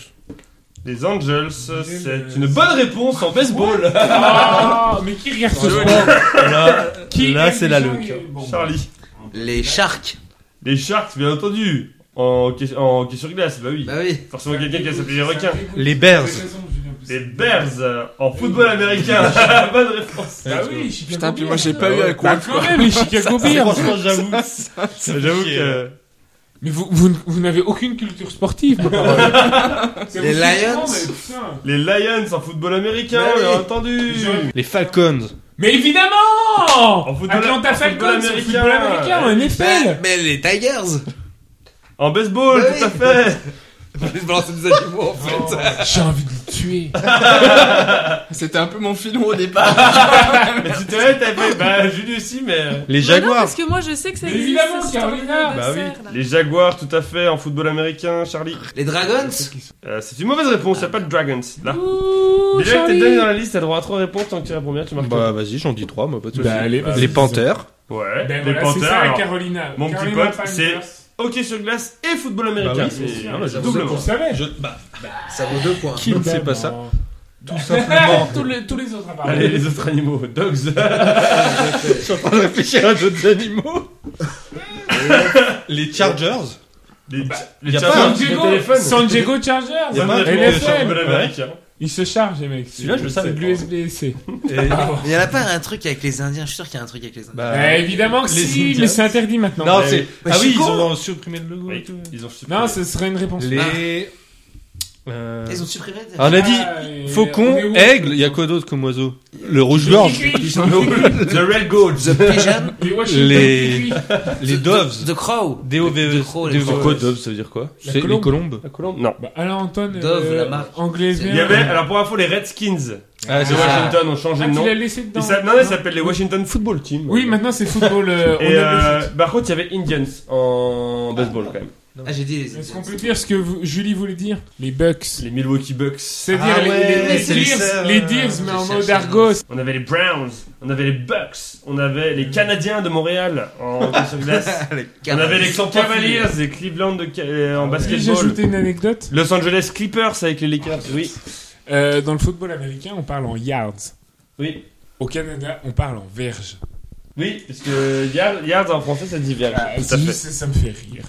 Les Angels, c'est une bonne réponse en baseball.
Ah, mais qui regarde ce sport (laughs)
Là,
Qui
là
aime
c'est
les
la
gens
look.
et- bon.
(laughs) Charlie.
Les Sharks.
Les Sharks, bien entendu. En hockey en hockey sur glace, bah oui.
Bah oui.
Forcément quelqu'un qui a s'appelé les requins.
Les Bears.
Les Bears euh, en football américain. (laughs) bonne réponse.
Ah oui, Chicago
Putain, puis moi
Bears.
j'ai pas
Ah
eu
ouais.
à
Bah
quoi.
quand même, les
(laughs)
Chicago Bears.
Franchement, j'avoue.
J'avoue que.
Mais vous, vous, n- vous n'avez aucune culture sportive. mon parole.
(laughs)
Ça vous
Les
dit
Lions.
non, mais putain.
Les Lions en football américain,
Bah oui.
bien entendu.
J'aurais-
Les Falcons.
Mais Mais évidemment
En football-
Atlanta
en
Falcons,
football
au
américain.
football américain, en NFL
Mais les (laughs) Tigers
En baseball,
Oui.
tout à fait
On se balancer des animaux en fait.
J'ai envie de le tuer.
Bah,
C'était un peu mon filon au (laughs) départ.
Mais tu te lèves, t'as fait. Bah, Julie aussi, mais.
Les
Bah non,
Jaguars.
parce que moi je sais que ça
Mais
existe.
évidemment,
cette
Carolina.
histoire de
Bah oui.
serre, là.
Les Jaguars, tout à fait, en football américain, Charlie.
Les Dragons
Euh, c'est une mauvaise réponse, y a pas de Dragons, là.
Ouh,
Déjà que t'es
Charlie.
donné dans la liste, t'as droit à 3 réponses, tant que tu réponds bien, tu marques.
Bah vas-y, j'en dis trois, moi pas de soucis.
Bah, allez, vas-y.
les Panthers.
Ouais,
Ben
les
voilà, c'est
Panthers.
ça,
alors.
Carolina.
mon petit
Carolina
pote, c'est-
Panthers.
Hockey sur glace et football américain.
Bah oui,
c'est
sûr,
hein,
mais
c'est
j'avoue,
doublement.
on le savait.
bah,
Ça vaut deux points.
qui ne sait pas
Ben
ça
non.
Tout simplement.
(laughs) Tous les, tous les autres à part.
Allez, les autres animaux, dogs.
Je suis en train de (laughs) réfléchir à d'autres animaux. (laughs) les Chargers.
(laughs) Les, les
y a
Chargers,
pas un
San
le
Diego,
téléphone.
San Diego Chargers.
Y a pas un
Bonne
truc
réponse,
de
sur le
NFL.
football américain.
Ils se chargent, les mecs.
Celui-là, je le savais
C'est de
pas.
l'USBC.
Et...
Il y en a pas un truc avec les Indiens, je suis sûr qu'il y a un truc avec les Indiens.
Bah,
évidemment que
les
si,
Indians.
Eh, mais c'est interdit maintenant.
Non,
mais-
c'est.
mais
Ah
je
oui,
suis
ils
con.
ont supprimé le logo. et
Oui,
tout.
ils ont supprimé.
Non, ce serait une réponse.
Les. Euh,
Ils ont supprimé des- (laughs)
On a dit
Ah, et- on est
faucon,
où
aigle, il y a quoi d'autre comme oiseau Le rouge-gorge,
(laughs)
(laughs)
The Red Goats.
Pigeon
Les Washington
Les-
Kiwis.
les
The-
doves,
The Crow
D-O-V-E.
The Crow, les
D-O-V-E.
crows.
Quoi, doves, ça veut dire quoi
La
E. C'est les
colombe.
colombes.
La colombe Non.
Bah, alors, Antoine.
Dove,
euh,
la marque.
Anglaise
C'est-
bien.
Il y avait, alors pour info, les Redskins
Ah,
de
c'est
(laughs)
Ah.
Washington ont changé
Ah,
de
tu
nom.
l'as laissé dedans.
Ils s'a- non, ils s'appellent les Washington Football Team.
Oui, maintenant c'est football. euh, on
Et
est
euh, par contre, il y avait Indians en baseball quand même.
Ah, j'ai dit les
blessé. Est-ce qu'on peut dire ce que vous- Julie voulait dire Les Bucks.
Les Milwaukee Bucks.
C'est-à-dire
Ah
les-
ouais,
les,
c'est
les
les
Deers,
sœurs,
les
euh,
Deers, mais
j'ai
en mode
cherché
argos.
On avait les Browns, on avait les Bucks, on avait les Canadiens de Montréal
(laughs)
en hockey sur glace. On avait les Cavaliers et Cleveland de Ca- euh, en
Et J'ai
basketball.
ajouté une anecdote.
Los Angeles Clippers avec les Lakers. Oui,
Euh, dans le football américain, on parle en yards.
oui,
Au Canada, on parle en verge.
oui, parce que yard- yards en français ça dit vierge.
Ah,
Tout à
c'est
fait.
juste, ça me fait rire.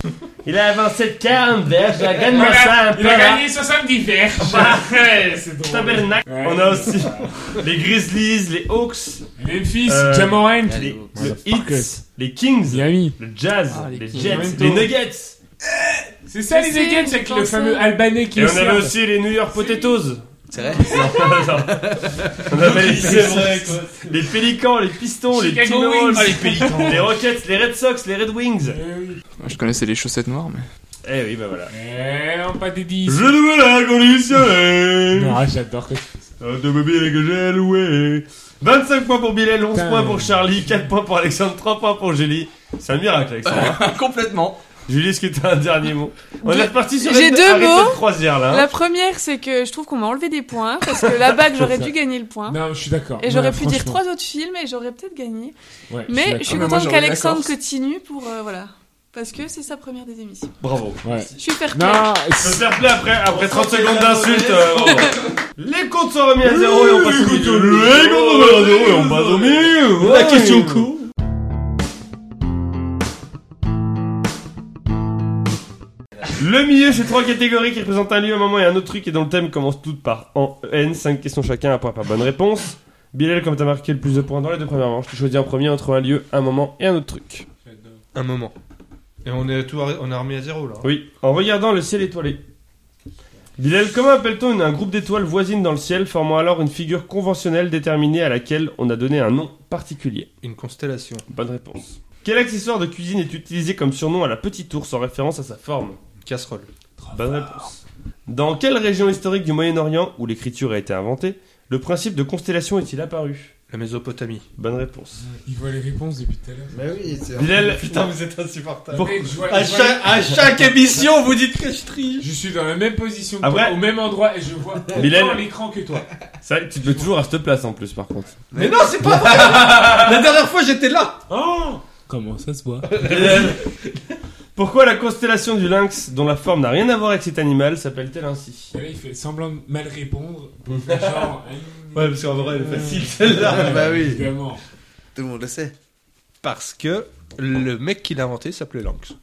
Il a avancé de 40 verges, il a gagné
Voilà,
ça un
Il
peu. là.
a gagné 70 (laughs) verges.
Parfait,
c'est drôle.
Tabernacle.
Ouais.
On a aussi (laughs) les Grizzlies, les Hawks,
Memphis,
Euh,
Jamorant,
Allez,
les,
Hawks.
le
Motherfuckers.
Heat, les Kings,
Miami.
le Jazz,
Ah, les
les
Kings.
Jets,
En même temps.
les Nuggets.
C'est ça
Je
les
sais,
Eagles
j'y
avec le
pensais.
fameux Albanais qui
Et
est
on avait
serbe.
aussi les New York
(laughs)
Potatoes.
C'est vrai
Non, non. On avait les,
C'est vrai, quoi.
les Pélicans, les Pistons, les
Chicago
Timberwolves,
Wings. Ah, les
Pélicans. (laughs) les Rockets, les Red Sox, les Red Wings.
Euh,
Je connaissais les chaussettes noires, mais.
Eh oui, bah voilà.
Eh, non, pas des 10.
Je ne veux la conditionner.
Non, ah, j'adore que
De mobile que j'ai loué. 25 points pour Bilal, 11
Putain.
points pour Charlie, 4 points pour Alexandre, 3 points pour Julie. C'est un miracle, Alexandre.
(laughs)
Complètement.
Julie, est-ce que t'as un dernier mot On
Deux-
est reparti sur
J'ai
une-
deux
arrête
mots.
cette croisière là. hein.
La première, c'est que je trouve qu'on m'a enlevé des points parce que là-bas, que j'aurais dû gagner le point.
Non, je suis d'accord.
Et j'aurais
Ouais,
pu dire
Ah, franchement.
trois autres films et j'aurais peut-être gagné.
Ouais,
Mais
d'accord.
je suis
Ah, mais moi,
contente
j'aurais la
qu'Alexandre
Corse.
continue pour. euh, voilà. Parce que c'est sa première des émissions.
Bravo.
Ouais.
Je suis fair play.
Non,
Je
c'est-
vais faire play après, après 30 secondes d'insultes. euh, bravo. les comptes sont remis à zéro et on passe au milieu. Les comptes sont remis à zéro et on passe au milieu. La question court. Le milieu, c'est trois catégories qui représentent un lieu, un moment et un autre truc, et dont le thème commence toutes par en N, 5 questions chacun, un point par bonne réponse. Bilal, comme t'as marqué le plus de points dans les deux premières manches, tu choisis en premier entre un lieu, un moment et un autre truc.
Un moment. Et on est tout, arrêt- on a remis à zéro là.
Oui, en regardant le ciel étoilé. Bilal, comment appelle-t-on une- un groupe d'étoiles voisines dans le ciel formant alors une figure conventionnelle déterminée à laquelle on a donné un nom particulier
Une constellation.
Bonne réponse. Quel accessoire de cuisine est utilisé comme surnom à la petite ours en référence à sa forme
Une casserole.
Bonne réponse. Dans quelle région historique du Moyen-Orient, où l'écriture a été inventée, le principe de constellation est-il apparu
La Mésopotamie.
Bonne réponse.
il voit les réponses depuis tout à l'heure.
Mais oui,
Ah,
c'est
Bilal,
vous êtes insupportable.
Bon.
Mec, je vois-
À
je vois-
chaque, à chaque émission, vous dites que je triche.
Je suis dans la même position, que
Ah
toi,
ouais
au même endroit, et je vois
Bilal.
autant l'écran que toi.
c'est vrai que tu te mets toujours à cette place en plus par contre.
Mais non, c'est pas vrai. La dernière fois, j'étais là.
Oh Comment ça se voit
Bilal, Euh, Pourquoi la constellation du lynx, dont la forme n'a rien à voir avec cet animal, s'appelle-t-elle ainsi
Et Là, il fait semblant de mal répondre. pour
(laughs)
faire genre,
Ouais, parce qu'en vrai, elle est facile celle-là.
Bah oui.
Évidemment.
Tout le monde le sait.
Parce que le mec qui l'a inventé s'appelait Lynx.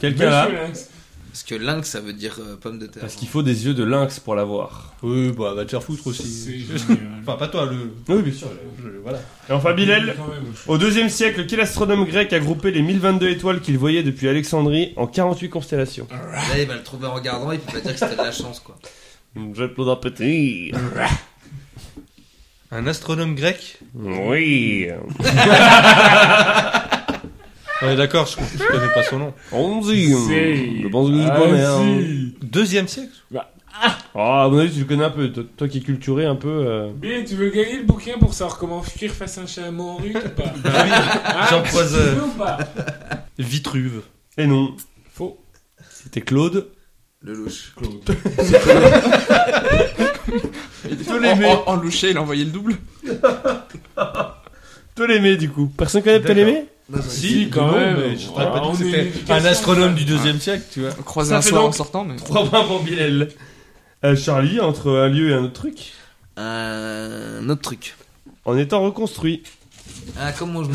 Quelqu'un là
Monsieur Lynx.
Parce que lynx, ça veut dire euh, pomme de terre.
Parce qu'il faut des yeux de lynx pour l'avoir.
Oui, bah va te faire foutre
C'est
aussi. (laughs)
génial.
Enfin, pas toi, le.
Oui, bien sûr.
le- Voilà.
Et enfin, Bilal,
Quand même.
au deuxième siècle, quel astronome grec a groupé les 1022 étoiles qu'il voyait depuis Alexandrie en 48 constellations
Là, il va le trouver en regardant, il peut pas dire que c'était de la chance quoi.
Je vais te petit.
Un astronome grec
Oui.
On est d'accord, je ne connais pas son nom.
On dit.
C'est-
Je pense que je
Ah,
connais. hein.
si.
Deuxième siècle
Oh, à mon avis, tu le connais un peu. Toi, toi qui es culturé un peu. euh.
Bien, tu veux gagner le bouquin pour savoir comment fuir face à un chameau en rue ou pas
Bah,
Hein
j'empoise,
Tu veux ou pas
Vitruve.
Et Eh non.
Faux.
C'était Claude.
Le louche.
(laughs)
Claude.
En,
Oh,
en, en louché, il a envoyé le double.
Ptolémée, du coup. Personne connaît Ptolémée
Bah,
Si, quand
non,
même.
mais je te
Voilà,
rappelle
on
que
est
c'était
une éducation,
un astronome Ah, du Ah.
ça.
deuxième siècle, tu vois.
Croisé
Ça
un
fait
soir en
donc
sortant, mais.
3 points pour Bilal. Euh, Charlie, entre un lieu et un autre truc.
Euh, un autre truc.
En étant reconstruit.
Ah, comment je me.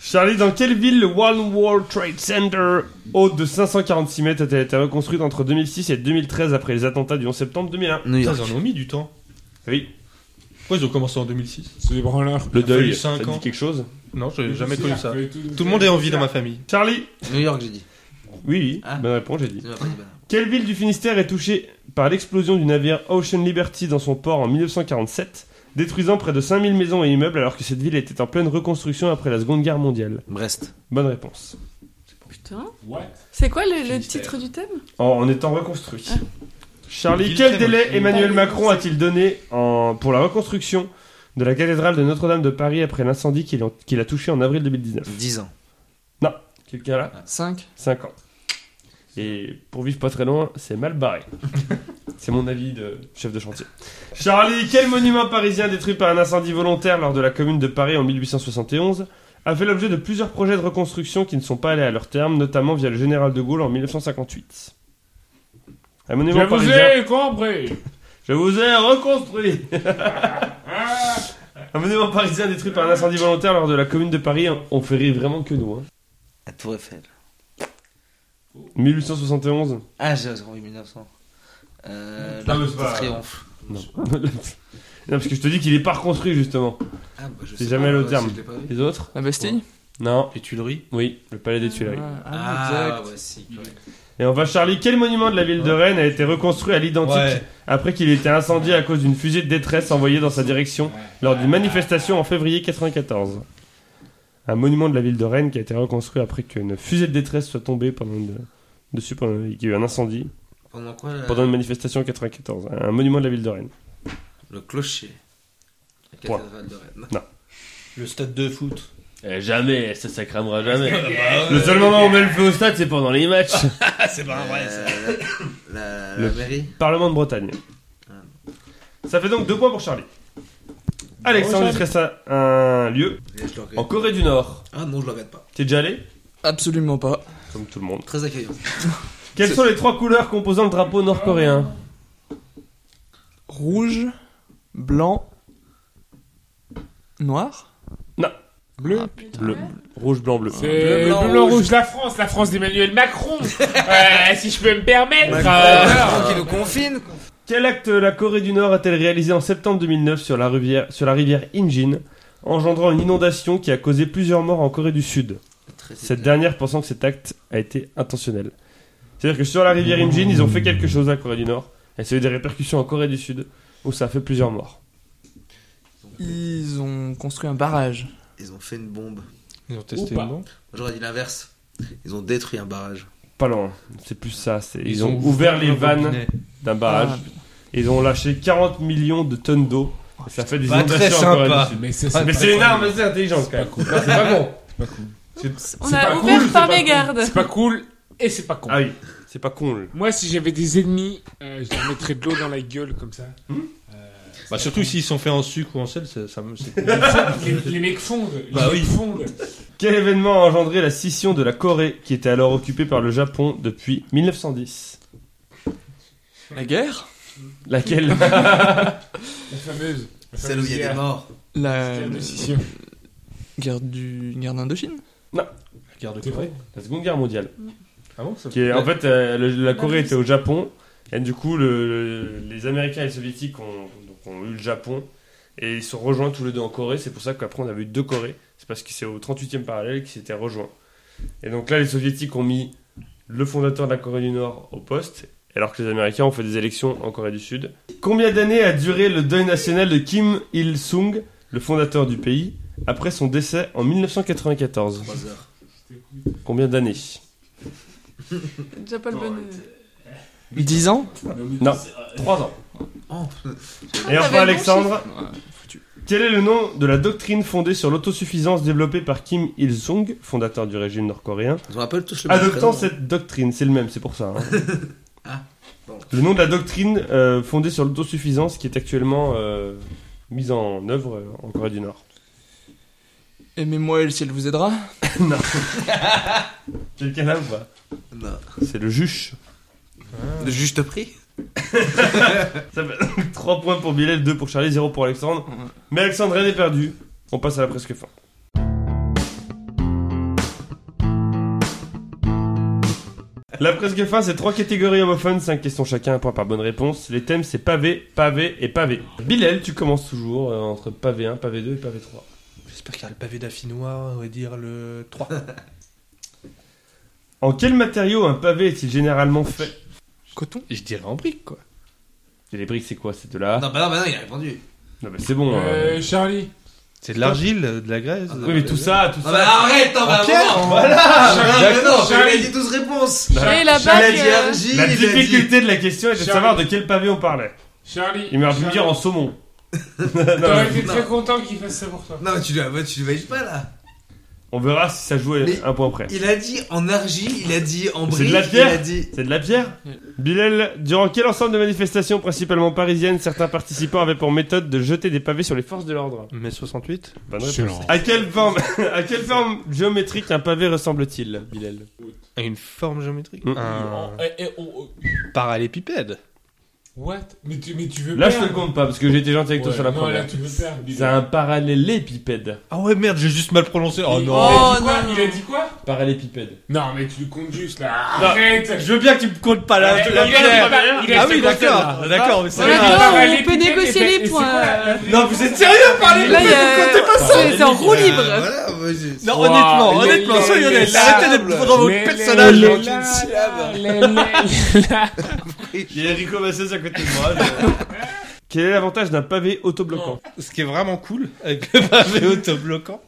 Charlie, dans quelle ville le One World Trade Center, haute de 546 mètres, a-t-elle été reconstruite entre 2006 et 2013 après les attentats du 11 septembre 2001
New
Putain,
York.
ils en ont mis du temps.
Oui,
Pourquoi ils ont commencé en 2006
C'est des branleurs.
le
Ça fait
deuil, ça
cinq
te
ans.
dit quelque chose
Non, j'ai jamais
C'est
connu
là,
ça.
que
Tout le monde est en vie dans ma famille.
Charlie
New York, j'ai dit.
Oui, oui,
Ah.
bonne réponse, j'ai dit.
Tu m'as pas dit, bah, non.
Quelle ville du Finistère est touchée par l'explosion du navire Ocean Liberty dans son port en 1947, détruisant près de 5000 maisons et immeubles alors que cette ville était en pleine reconstruction après la Seconde Guerre mondiale
Brest.
Bonne réponse.
Putain.
What
C'est quoi le, le titre du thème
En, en étant reconstruit. Charlie,
Ville
quel
très
délai
moche.
Emmanuel Macron a-t-il donné en- pour la reconstruction de la cathédrale de Notre-Dame de Paris après l'incendie qui l'a- qui l'a touché en avril 2019
10 ans.
Quelqu'un
Ah,
là
5.
5 ans. Et pour vivre pas très loin, c'est mal
(laughs)
barré. c'est mon avis de chef de chantier. Charlie, quel monument parisien détruit par un incendie volontaire lors de la commune de Paris en 1871 a fait l'objet de plusieurs projets de reconstruction qui ne sont pas allés à leur terme, notamment via le général de Gaulle en 1958 Un monument
Je vous
parisien.
ai compris.
Je vous ai
(laughs)
reconstruit Un monument parisien détruit par un incendie volontaire lors de la commune de Paris, on fait rire vraiment que nous. hein.
La Tour Eiffel.
1871
Ah, j'ai j'ai envie 1900. Euh,
Non, mais
l'Arc
c'est
de
pas-
Triomphe.
Non. non, parce que je te dis qu'il est pas reconstruit justement.
Ah, bah, je
C'est
sais
jamais
pas,
le
euh,
terme.
si je l'ai pas vu.
Les autres
La Bastille
Non.
Les Tuileries
Oui, le palais des Tuileries.
Ah,
Ah,
exact.
ouais, si. ouais.
Et enfin, Charlie, quel monument de la ville de Rennes a été reconstruit à l'identique
Ouais.
après qu'il ait été incendié à cause d'une fusée de détresse envoyée dans sa direction lors d'une manifestation en février 94 Un monument de la ville de Rennes qui a été reconstruit après qu'une fusée de détresse soit tombée pendant une- dessus pendant qu'il y a eu un incendie
Pendant quoi la-
pendant une manifestation en 94. Un monument de la ville de Rennes.
Le clocher. La
Point.
cathédrale de Rennes.
Le stade de foot.
Eh, jamais, ça, ça cramera jamais. Le seul moment où on met le feu au stade, c'est pendant les matchs.
C'est
Euh,
pas
la, la,
Le-
la mairie.
Parlement de Bretagne. Ça fait donc deux points pour Charlie. Alexandre, il te reste un- un lieu
Et je le regrette.
en Corée du Nord.
Ah non, je le regrette pas.
T'es déjà allé
Absolument pas.
Comme tout le monde.
Très accueillant.
Quelles sont les trois couleurs composant le drapeau nord-coréen
Rouge, blanc, noir. Ah.
Bleu.
Bleu, rouge, blanc, bleu.
C'est
Bleu,
bleu,
blanc,
blanc,
rouge.
rouge. La France, la France d'Emmanuel Macron. Euh, si je peux me permettre.
Ah.
euh,
Macron qui nous confine.
Quel acte la Corée du Nord a-t-elle réalisé en septembre 2009 sur la rivière, sur la rivière Injin, engendrant une inondation qui a causé plusieurs morts en Corée du Sud
Très
Cette dernière pensant que cet acte a été intentionnel. C'est-à-dire que sur la rivière Imjin, ils ont fait quelque chose à Corée du Nord, et ça a eu des répercussions en Corée du Sud, où ça a fait plusieurs morts.
Ils ont construit un barrage.
Ils ont fait une bombe.
Ils ont testé
Ou pas.
une bombe
J'aurais dit l'inverse. Ils ont détruit un barrage.
Pas loin, c'est plus ça. c'est- Ils, ont, ouvert les
le
vannes
robinet.
d'un barrage. Ils ont lâché 40 millions de tonnes d'eau. Et ça fait des inondations
très
en Corée
sympa.
du Sud.
Euh, Mais
Mais c'est une arme assez intelligente quand même. Non, C'est pas bon.
On
C'est
a
pas
ouvert
cool,
par
c'est pas
mégarde.
C'est pas cool et c'est pas con.
Ah oui, c'est pas con. le-
Moi, si j'avais des ennemis, euh, je leur mettrais de l'eau dans la gueule
(laughs)
comme ça.
Bah, surtout s'ils sont faits en sucre ou en sel, ça, ça me. (laughs) c'est-
les, les mecs fondent. Les
Bah
mecs
oui.
fondent.
Quel événement a engendré la scission de la Corée qui était alors occupée par le Japon depuis 1910
La guerre
Laquelle
La fameuse. la
Celle où il y a des
fameuse
morts.
La
Euh,
guerre de
la
Scission.
guerre du guerre d'Indochine
La guerre de
C'est
Corée.
La Seconde Guerre mondiale.
Ah bon ça...
Qui est- en fait, euh, le- la Corée
Russie.
était au Japon, et du coup, le- le- les Américains et les Soviétiques ont, donc, ont eu le Japon, et ils se sont rejoints tous les deux en Corée. C'est pour ça qu'après, on avait eu deux Corées. C'est parce que c'est au 38e parallèle qu'ils s'étaient rejoints. Et donc là, les Soviétiques ont mis le fondateur de la Corée du Nord au poste, alors que les Américains ont fait des élections en Corée du Sud. Combien d'années a duré le deuil national de Kim Il-sung le fondateur du pays, après son décès en 1994 Combien d'années
Déjà pas le bon. euh,
10 ans
Non, 3 ans.
Oh.
Et
Ah,
enfin,
t'avais le bon
Alexandre,
foutu.
quel est le nom de la doctrine fondée sur l'autosuffisance développée par Kim Il-sung, fondateur du régime nord-coréen
Ils ont un peu tous le même
Adoptant
prénom.
cette doctrine, c'est le même, c'est pour ça. hein. (laughs)
Ah, bon.
Le nom de la doctrine euh, fondée sur l'autosuffisance qui est actuellement euh, mise en œuvre euh, en Corée du Nord.
Aimez-moi et le ciel vous aidera.
Quelqu'un là ou pas
Non.
C'est le juche.
Le juge te prie
Ça fait 3 points pour Bilal, 2 pour Charlie, 0 pour Alexandre. Mais Alexandre, rien n'est perdu. On passe à la presque fin. La presque fin, c'est 3 catégories homophones, 5 questions chacun, un point par bonne réponse. Les thèmes, c'est pavé, pavé et pavé. Bilal, tu commences toujours euh, entre pavé 1, pavé 2 et pavé 3.
J'espère qu'il y a le pavé d'affinois, on va dire le 3.
(laughs) En quel matériau un pavé est-il généralement fait
Coton
Je dirais en brique, quoi.
Et les briques, c'est quoi C'est de la... Non,
Non, bah non, bah non, il a répondu.
mais c'est bon. hein.
Euh, Charlie.
C'est de l'argile, de la graisse. Euh,
Ah,
Oui, mais tout ça, tout
Non,
ça...
bah arrête, non, bah
Pierre,
non.
Charlie,
Non, mais non,
Charlie.
il a dit 12 réponses.
Et la
Il a
bague.
dit
euh,
argile,
La
il a dit-
difficulté de la question était de savoir de quel pavé on parlait.
Charlie.
Il m'a pu me
Charlie.
dire en
(laughs)
saumon.
T'aurais été
Non.
très content qu'il fasse ça pour toi.
Non, mais tu ne tu le valides pas là.
On verra si ça joue à
Mais-
un point près.
Il a dit en argile, il a dit en
C'est
brique,
de la pierre.
il a dit.
C'est de la pierre Bilal, durant quel ensemble de manifestations, principalement parisiennes, certains participants avaient pour méthode de jeter des pavés sur les forces de l'ordre
Mai 68
Bonne réponse. À quelle forme, (laughs) à quelle forme géométrique un pavé ressemble-t-il, Bilal
Une forme géométrique
Mm.
Un
Eh, eh, oh, oh.
parallépipède.
What mais tu, mais tu veux
Là, je te
perdre.
le compte pas parce que j'étais gentil avec toi
Ouais,
sur la
non,
première.
là, tu veux perdre, Bilal.
C'est un parallélépipède.
Ah ouais, merde, j'ai juste mal prononcé. Oh
Il-
non
il
Oh,
a dit quoi
non.
Il a dit quoi
Parallélépipède.
Non, mais tu le comptes juste là.
Non.
Arrête
Je veux bien que tu me comptes pas
Il a- il a- il a- il a-
Ah oui, d'accord, d'accord, mais
On
c'est
est
grave.
d'accord,
Parallélépipède,
on peut négocier
et c'est-
les
et c'est
points,
quoi,
euh.
la- la-
Non, vous êtes sérieux
Là, il y a. C'est c'est en roue libre.
Euh, voilà, moi, j'ai-
Non,
Wow,
honnêtement,
il est- il
honnêtement,
est-
soyez
il est
honnête, arrêtez d'être dans votre
Les-
personnage.
les-
gentil.
la- la- la-
Il y a Enrico Massès à côté de moi. je- Quel est l'avantage d'un pavé autobloquant
Ce qui est vraiment cool avec le pavé autobloquant,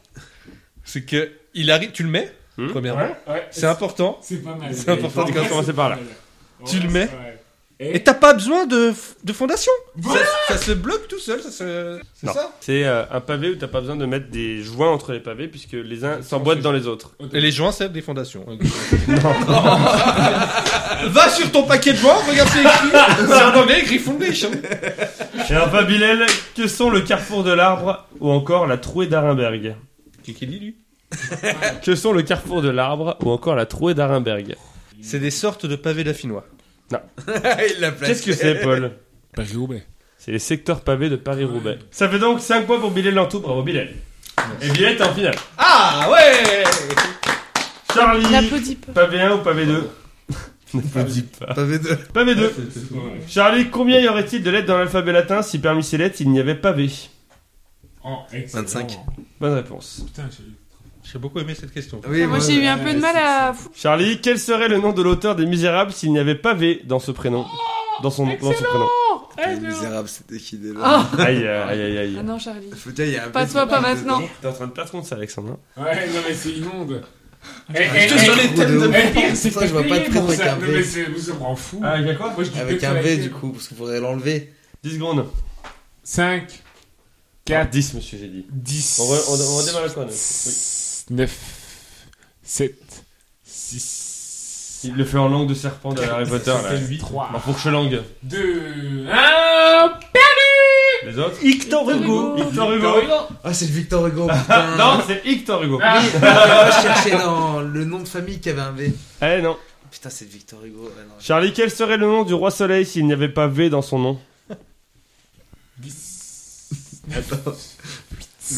c'est que il arrive, tu le mets,
Hmm
premièrement.
Ouais, ouais,
(laughs) C'est important.
C'est pas mal.
C'est important
de commencer par là.
Tu le mets.
Ouais.
Et t'as pas besoin de, f- de fondation.
Voilà.
ça, ça se bloque tout seul, ça se. C'est
Non.
ça
C'est euh, un pavé où t'as pas besoin de mettre des joints entre les pavés puisque les uns s'emboîtent dans les autres.
Et les joints servent des (laughs) fondations. Bah, Va sur ton paquet de joints, regarde
(laughs)
c'est écrit. C'est un anglais écrit foundation.
(laughs)
hein.
Et enfin Bilal, que sont le carrefour de l'arbre ou encore la trouée d'Arenberg
Qui qui lit, lui
(laughs) Que sont le carrefour de l'arbre ou encore la trouée d'Arenberg
C'est des sortes de pavés dauphinois.
Il l'a placé.
Qu'est-ce que c'est Paul
Paris-Roubaix.
C'est les secteurs pavés de Paris-Roubaix. Ça fait donc 5 points pour Bilal Lantou, bravo Bilal. Et Bilal t'es en finale.
Ah ouais
Charlie,
N'applaudis pas.
pavé 1 ou pavé 2 (laughs) N'applaudis pas.
Pavé de-
Pavé 2. Charlie, combien y aurait-il de lettres dans l'alphabet latin si parmi ces lettres il n'y avait pavé
Oh, excellent.
25.
Bonne réponse.
Putain, j'ai-
J'ai beaucoup aimé cette question.
Ah Oui,
Moi, j'ai eu un peu de mal à.
Charlie, quel serait le nom de l'auteur des Misérables s'il n'y avait pavé dans ce prénom dans son, dans son prénom.
Les misérables, c'était qui déjà
Ah.
Aïe, euh, aïe, aïe, aïe.
Ah non, Charlie.
Faut dire, il y a un
Pas
peu
toi,
de-
pas maintenant.
T'es en train de perdre contre ça, Alexandre. hein
Ouais, non, mais c'est inonde. Eh,
Je te
eh,
sur
eh,
les thèmes de
eh, pire, c'est
Ça,
que
je vois
t'as
pas
payé
de
pour
prix avec
ça.
un
Non,
V.
mais c'est- vous en fous.
Ah, il y a quoi
Moi, je dis
Avec
que
un
ça,
V
la-
du coup, parce qu'on pourrait l'enlever.
10 secondes.
5, 4,
10, monsieur, j'ai dit.
10.
On, re- on, on redémarre le chrono.
9, 7, 6,
Il le fait en langue de serpent de Harry Potter, là.
3,
En fourche-langue.
2, 1.
Les autres
Victor Hugo.
Victor Hugo.
Ah, c'est le
(laughs)
Victor Hugo, putain.
Non, c'est Victor Hugo.
Ah.
Oui, je cherchais dans le nom de famille qui avait un V.
Eh non.
Putain, c'est le Victor Hugo. ouais, non.
Charlie, quel serait le nom du roi soleil s'il n'y avait pas V dans son nom
10.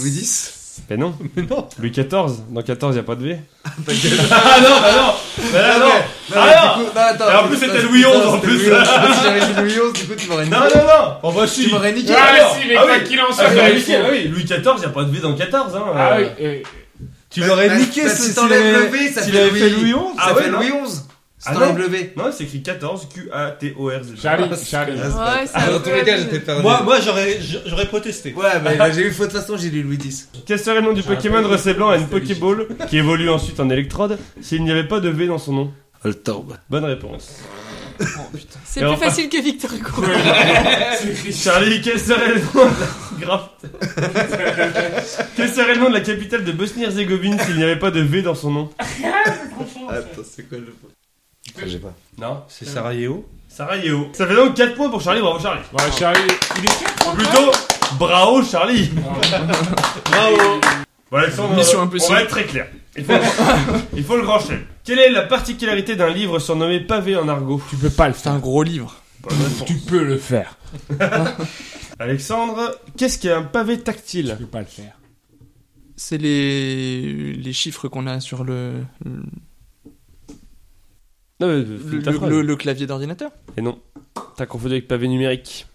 Louis X
Ben non.
Mais non.
Louis XIV. Dans 14, il n'y a pas de V.
Pas de gueule.
(laughs) Ah non, bah non Bah
non,
Ah
mais du coup- non, attends,
Et en plus,
putain,
c'était Louis XI, en
c'était
plus.
Louis XI. Ah, Si j'avais dit Louis XI, du coup, tu m'aurais niqué.
non, non
On va
Tu
suivre.
m'aurais niqué.
Ah,
alors,
si, mais
ah
quoi
oui.
qu'il en soit,
Ah, bah,
il
Louis
faut-
XIV, ah oui, Louis XIV, il n'y a pas de V dans 14, hein.
Ah oui,
euh.
eh,
Tu l'aurais
Bah,
niqué
bah,
si
Si t'enlèves le V, ça
S'il avait
fait
fait
Louis
Louis
Ça
Ah ouais,
fait
non.
Louis XI. C'est
Ah
en
non
angle B.
Non, c'est écrit 14 Q-A-T-O-R-Z.
Charlie, Charlie.
Ouais,
Ah,
c'est un
Dans
peu
tous les cas,
abusé.
j'étais perdu.
bah, Moi-
moi j'aurais, j'aurais protesté.
Ouais, mais bah, j'ai eu faute de toute façon, j'ai lu Louis X.
Quel serait le nom du
J'ai
Pokémon
rappelé.
recé blanc à une
C'était légitime.
Pokéball qui évolue ensuite en électrode s'il n'y avait pas de V dans son nom
Ah, Altorb.
Bonne réponse. Et
C'est plus
enfin-
facile que Victor Hugo.
(laughs)
Charlie, quel serait le nom (laughs) de... Grave. Quel serait le nom de la capitale de Bosnie-Herzégovine s'il n'y avait pas de V dans son nom
Ah,
Attends, c'est quoi le Je sais pas.
Non.
C'est Sarajevo.
Sarajevo. Ça fait donc 4 points pour Charlie, bravo Charlie.
Ouais, Charlie, il est quatre
Ou
points,
Plutôt, bravo Charlie. bravo. Bon, Alexandre,
Mission
euh,
impossible.
on va être très clair. Il faut, (laughs) il faut le grand chef. Quelle est la particularité d'un livre surnommé Pavé en argot
Tu peux pas le
C'est un
faire.
gros livre.
Bonne réponse.
Tu peux le faire.
Alexandre, qu'est-ce qu'un pavé
Tu
tactile
peux pas le faire.
C'est les... les chiffres qu'on a sur le, le,
Non, mais
le- le- le clavier d'ordinateur.
Et non, t'as confondu avec pavé numérique.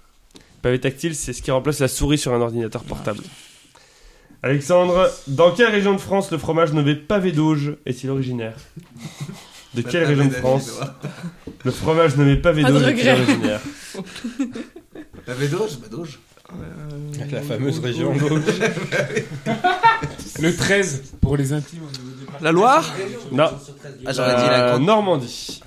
Pavé tactile, c'est ce qui remplace la souris sur un ordinateur portable. Alexandre, dans quelle région de France le fromage nommé pavé d'auge est-il originaire De quelle région de France le fromage nommé pavé
Pas de
d'auge est-il
regret.
originaire
T'avais Doge Bah, Doge.
Avec la fameuse région.
Le 13 pour les intimes. au niveau des parties.
La Loire
Non,
Ah, j'aurais dit la
Euh,
grande.
Normandie.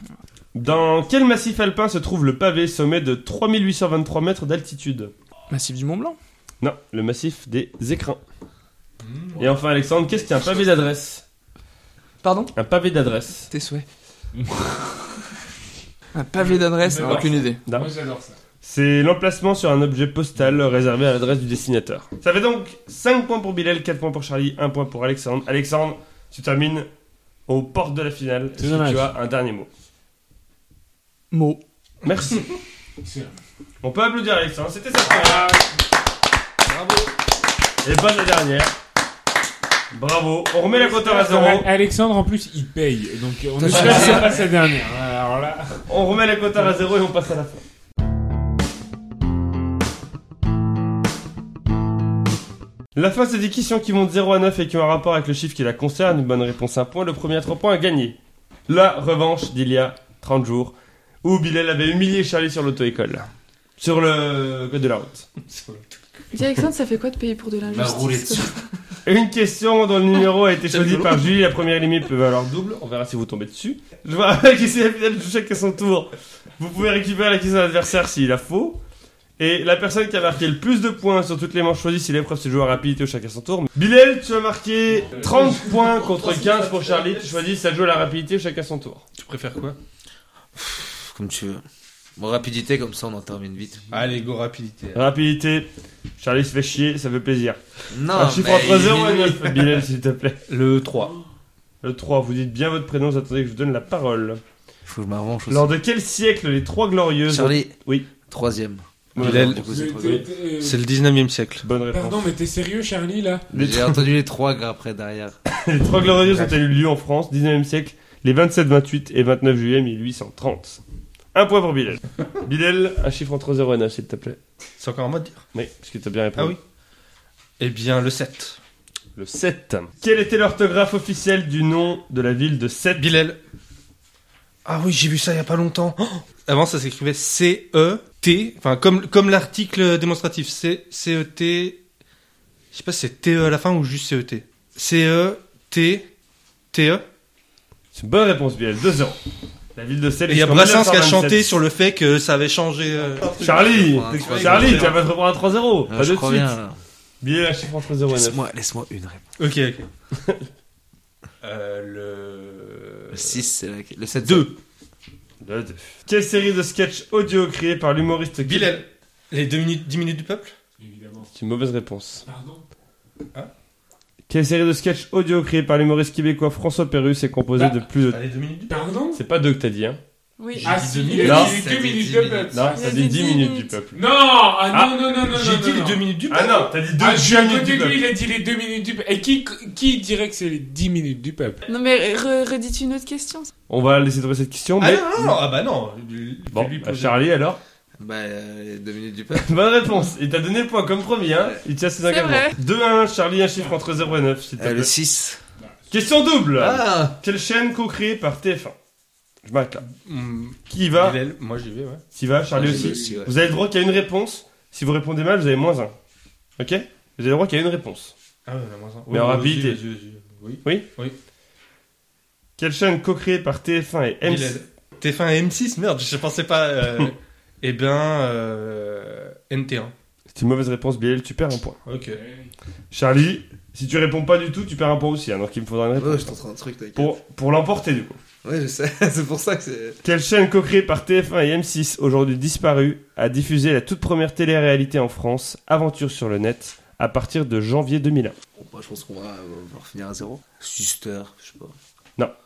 Dans quel massif alpin se trouve le pavé sommet de 3823 mètres d'altitude
Massif du Mont Blanc.
Non, le massif des écrins. Et enfin, Alexandre, qu'est-ce qu'un pavé d'adresse
Pardon
Un pavé d'adresse.
Tes (laughs) souhaits. un pavé d'adresse,
Mais
non,
bon.
aucune idée.
Moi j'adore ça.
C'est l'emplacement sur un objet postal réservé à l'adresse du destinateur. Ça fait donc 5 points pour Bilal, 4 points pour Charlie, 1 point pour Alexandre. Alexandre, tu termines aux portes de la finale.
C'est
Est-ce que
dommage.
tu as un dernier mot
Mot.
Merci.
C'est-
On peut applaudir Alexandre, c'était sa première.
Bravo.
Et pas la dernière. Bravo. On remet la compteur à zéro.
Alexandre en plus il paye, donc on
T'as
espère
pas-
que c'est pas sa dernière. Alors là,
On remet la compteur à zéro et on passe à la fin. La fin, c'est des questions qui montent 0 à 9 et qui ont un rapport avec le chiffre qui la concerne. Une bonne réponse, un point. Le premier à 3 points à gagner. La revanche d'il y a 30 jours où Bilal avait humilié Charlie sur l'auto-école. Sur le code de la route.
Dis Alexandre, ça fait quoi de payer pour de
Bah, rouler
l'injustice
dessus.
Une question dont le numéro
(laughs)
a été choisi
Quel
par Julie. La première limite peut valoir double. On verra si vous tombez dessus. Je vous rappelle que c'est la finale de chacun son tour. Vous pouvez récupérer la question de l'adversaire s'il la faut. Et la personne qui a marqué le plus de points sur toutes les manches choisies, si l'épreuve se joue à rapidité ou chacun son tour. Bilal, tu as marqué 30 points contre 15 pour Charlie. Tu choisis si ça joue à la rapidité ou chacun son tour.
Tu préfères quoi
Pff, Comme tu veux. Bon, rapidité, comme ça on en termine vite.
Allez, go rapidité.
Rapidité. Charlie se fait chier, ça fait plaisir.
Non,
Un chiffre
Ah, mais
entre
il-
0 et 9, Bilal, s'il te plaît.
Le 3.
Le 3, vous dites bien votre prénom, vous attendez que je vous donne la parole.
Faut que je m'arrange aussi.
Lors de quel siècle les trois glorieuses ont
Charlie.
Oui.
Troisième.
Ouais,
Bilal.
Du coup, c'est
t'es-
troisième.
t'es-
C'est le 19 e siècle.
Bonne réponse.
Pardon, mais t'es sérieux, Charlie, là
J'ai entendu les trois gars après derrière.
(laughs) Les Trois Glorieuses ont eu lieu en France, 19e siècle, les 27, 28 et 29 juillet 1830. Un point pour Bilal. Bilal, un chiffre entre 0 et 9, s'il te plaît.
C'est encore à moi de dire
Oui, parce que t'as bien répondu.
Ah Eh bien, le 7.
Le 7. Quelle était l'orthographe officielle du nom de la ville de Sète
Bilal. Ah oui, j'ai vu ça il y a pas longtemps. Oh Avant, ça s'écrivait C-E-T. Enfin, comme, comme l'article démonstratif. C- C-E-T. Je sais pas si c'est T-E à la fin ou juste E C-E-T. E C-E-T. T-E.
C'est une bonne réponse, Bilal, 2-0. La ville de Sète.
Et il y a
jusqu'en
Brassens qui a chanté
1927.
sur le fait que ça avait changé. euh,
Charlie
Ouais, c'est
Charlie,
vrai.
tu vas pas te reprendre à 3-0.
Ah,
pas
je
de
crois
suite.
bien. là.
Bilal, un chiffre entre 0 et 9.
Laisse-moi laisse une réponse.
Ok, ok. euh,
Le 6, c'est la... Le 7.
2.
Deux, deux. Quelle série de sketchs audio créée par l'humoriste Guy-
Bilal. Les 2 minutes, 10 minutes du peuple
Évidemment.
C'est une mauvaise réponse.
Pardon
Quelle série de sketchs audio créée par l'humoriste québécois François Pérus est composée
Bah.
de plus de...
Les 2 minutes du
Pardon
C'est pas deux que t'as dit, hein
Oui.
Ah si,
minutes.
il a
Non.
dit
Ça
2
dit
minutes
dix
de
minutes.
putes.
Non,
Il
t'as
a
dit 10
dit dix
minutes.
minutes.
du peuple.
Non, ah,
Ah.
non, non, non, non,
J'ai
non,
dit les
non.
2 minutes du peuple.
Ah non, t'as dit deux
Ah, je suis à
minutes
côté
du
de lui,
peuple.
il a dit les 2 minutes du peuple. Et qui, qui dirait que c'est les 10 minutes du peuple
Non, mais re- redites une autre question.
On va laisser trouver cette question,
Ah
mais...
non, non, non, ah bah non. Lui-
Bon,
lui
bah,
poser.
Charlie alors
Bah, euh, les 2 minutes du peuple.
(laughs) Bonne réponse Il t'a donné le point comme premier, hein Il tient ses
C'est
engagements.
vrai.
2-1, Charlie, un chiffre entre 0 et 9, s'il te
Euh,
plaît.
le 6.
Question double
Ah
Quelle chaîne co-créée par TF1 Je m'arrête là. Qui y va
Bilal, Moi j'y vais, ouais.
Qui va Charlie
Ouais, j'y vais
aussi
Ah, ouais.
Vous avez le droit qu'à une réponse. Si vous répondez mal, vous avez moins 1. Ok Vous avez le droit qu'à une réponse.
Ah ouais, on a moins un.
Mais en
Ouais,
rapidité.
vas-y, vas-y, vas-y. Oui.
Quelle chaîne co-créée par TF1 et M6
Bilal. TF1 et M6, merde, je pensais
(laughs)
pas. euh, eh ben, euh, NT1.
C'est une mauvaise réponse, Bilal, tu perds un point.
Ok.
Charlie, si tu réponds pas du tout, tu perds un point aussi, alors qu'il me faudra une réponse.
Ouais, je t'entends un truc, t'inquiète.
Pour, pour l'emporter, du coup.
Ouais, je
(laughs)
sais, c'est pour ça que c'est.
Quelle chaîne co-créée par TF1 et M6, aujourd'hui disparue, a diffusé la toute première télé-réalité en France, Aventure sur le net, à partir de janvier 2001
Bon, bah, je pense qu'on va, on va refinir à zéro. Sister, je sais pas.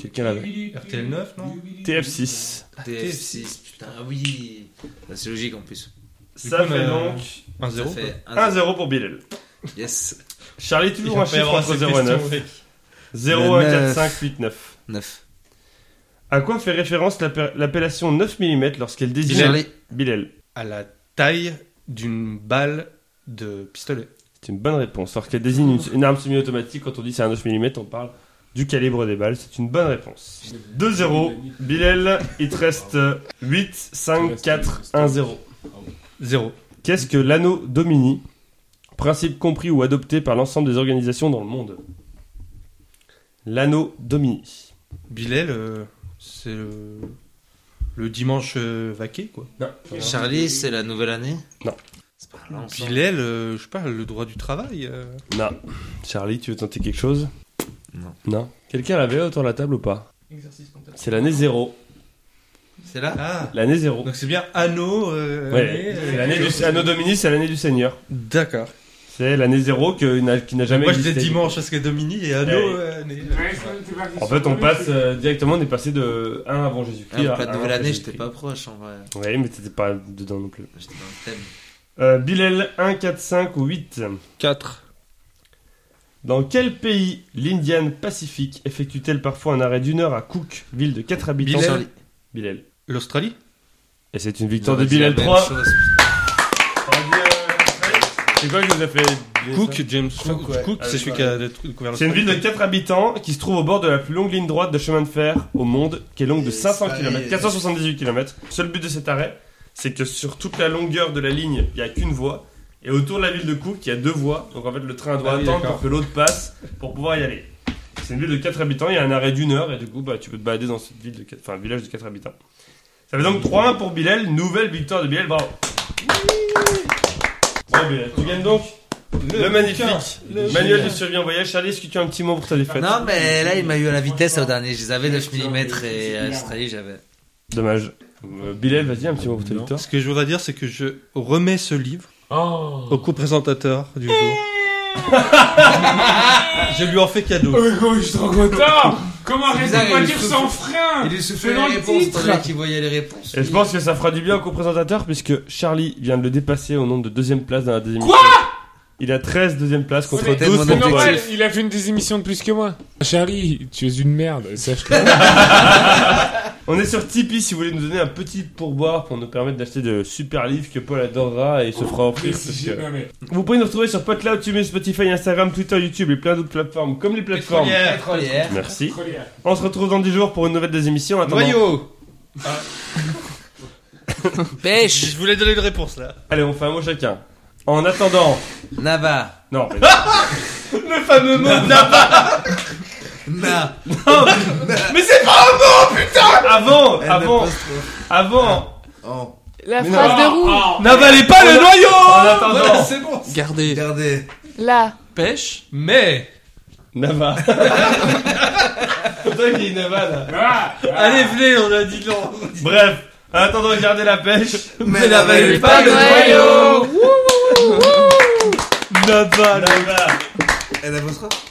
Quelqu'un l'avait
RTL 9, non
TF6.
TF6, putain, ah oui. Bah, C'est logique en plus.
Ça
coup, on
fait
a-
donc
Ça
1-0.
fait un
1-0 pour Bilal.
Yes,
Charlie,
Il
toujours
va
un
pas y
chiffre
avoir
entre
assez
0 et
de
9.
questions, mec.
0,
Le
1, 4,
neuf.
5, 8, 9.
9.
À quoi fait référence l'appel- l'appellation 9 mm lorsqu'elle désigne
Charlie.
Bilal
À la taille d'une balle de pistolet.
C'est une bonne réponse. Lorsqu'elle désigne une, une arme semi-automatique, quand on dit c'est un 9 mm, on parle du calibre des balles. C'est une bonne réponse. 2-0. Bilal, il te reste 8, 5, 4, 1, 0.
0.
Qu'est-ce que l'anneau domini Principe compris ou adopté par l'ensemble des organisations dans le monde. L'anneau domini.
Bilal, euh, c'est le... le dimanche euh, vaqué, quoi.
Charlie, c'est la nouvelle année
Non.
C'est pas l'ensemble.
Bilal, euh, je sais pas, le droit du travail. euh.
Non. Charlie, tu veux tenter quelque chose
Non.
Non. Quelqu'un l'avait autour de la table ou pas
Exercice comptable.
C'est l'année 0.
C'est là
Ah
L'année 0.
Donc c'est bien anneau. euh,
Ouais.
année, euh,
C'est l'année du Anno Domini, c'est l'année du Seigneur.
D'accord.
C'est l'année 0 que- n'a- qui n'a jamais
Moi je
existé.
disais dimanche parce que Domini et anneau.
Ouais.
euh, année.
En fait, on passe euh, directement, on est passé de 1 avant Jésus-Christ.
Ah,
à
donc la
un
nouvelle
après
année, j'étais
Jésus-Christ.
pas proche en vrai.
Ouais, mais t'étais pas dedans non plus.
J'étais dans le thème.
Euh, Bilal 1, 4, 5 ou 8.
4.
Dans quel pays l'Indian Pacifique effectue-t-elle parfois un arrêt d'une heure à Cook, ville de 4 habitants
Bilal.
Bilal.
L'Australie
Et c'est une victoire
J'aurais
de
dit la
Bilal
même
3.
chose.
C'est quoi qui nous a fait Bilal
Cook, James
Cook,
Cook,
ouais.
Cook,
Ah,
c'est
oui,
celui
ouais.
qui a découvert
C'est une ville de 4 habitants qui se trouve au bord de la plus longue ligne droite de chemin de fer au monde, qui est longue de
Et
500
ça y est.
km, 478 km. Seul but de cet arrêt, c'est que sur toute la longueur de la ligne, il n'y a qu'une voie. Et autour de la ville de Cook, il y a deux voies. Donc en fait, le train doit
Ah oui,
attendre
d'accord.
pour que l'autre passe pour pouvoir y aller. C'est une ville de 4 habitants, il y a un arrêt d'une heure, et du coup, bah, tu peux te balader dans cette ville de 4, enfin, village de 4 habitants. Ça fait donc 3-1 pour Bilal, nouvelle victoire de Bilal, bravo. Bravo, Bilal. Tu gagnes donc le, magnifique manuel de survie en voyage. Charlie, est-ce que tu as un petit mot pour ta défaite
Non, mais là, il m'a eu à la vitesse au dernier. Je les avais 9 mm et euh, Australie, j'avais.
Dommage. Euh, Bilal, vas-y, un petit mot pour ta
Non.
victoire.
Ce que je voudrais dire, c'est que je remets ce livre au
Oh
co-présentateur du jour. je lui en fais cadeau.
Oh, je suis trop content Comment arrêter
Bizarre,
une
il
voiture
souffle.
sans frein
Il lui soufflait
Selon
les
le
réponses,
titre.
pendant qu'il voyait les réponses.
Et je pense que ça fera du bien au co-présentateur puisque Charlie vient de le dépasser au nombre de deuxième place dans la deuxième
Quoi
émission. Il a 13 deuxième place contre
Ouais, mais
12
C'est
contre toi.
normal, il a fait une des émissions de plus que moi. Charlie, tu es une merde, sache-le. (laughs)
On est sur Tipeee si vous voulez nous donner un petit pourboire pour nous permettre d'acheter de super livres que Paul adorera et se fera
Oh,
offrir. parce que-
Non, mais-
Vous pouvez nous retrouver sur PodCloud, TuneIn, Spotify, Instagram, Twitter, YouTube et plein d'autres plateformes comme les plateformes.
Pétrolière.
Merci.
Pétrolière.
On se retrouve dans 10 jours pour une nouvelle des émissions. En attendant-
Noyau
Eh,
Pêche.
Je voulais donner une réponse là.
Allez, on fait un mot chacun. En attendant.
Nava.
Non, mais-
Le fameux mot de la
Na.
avant,
N
avant,
apostrophe.
avant.
Oh.
La
Mais
phrase de roue.
N'avalez pas le
En
noyau
attendant.
C'est
Oh.
bon
Gardez.
Regardez.
Là.
Pêche.
Mais
Nava. Toi qui es Nava là.
Ah, ah.
Allez, venez, on a dit non
Bref, en attendant, gardez la pêche.
Mais n'avalez
pas le noyau.
noyau.
Nava. Nava.
N apostrophe.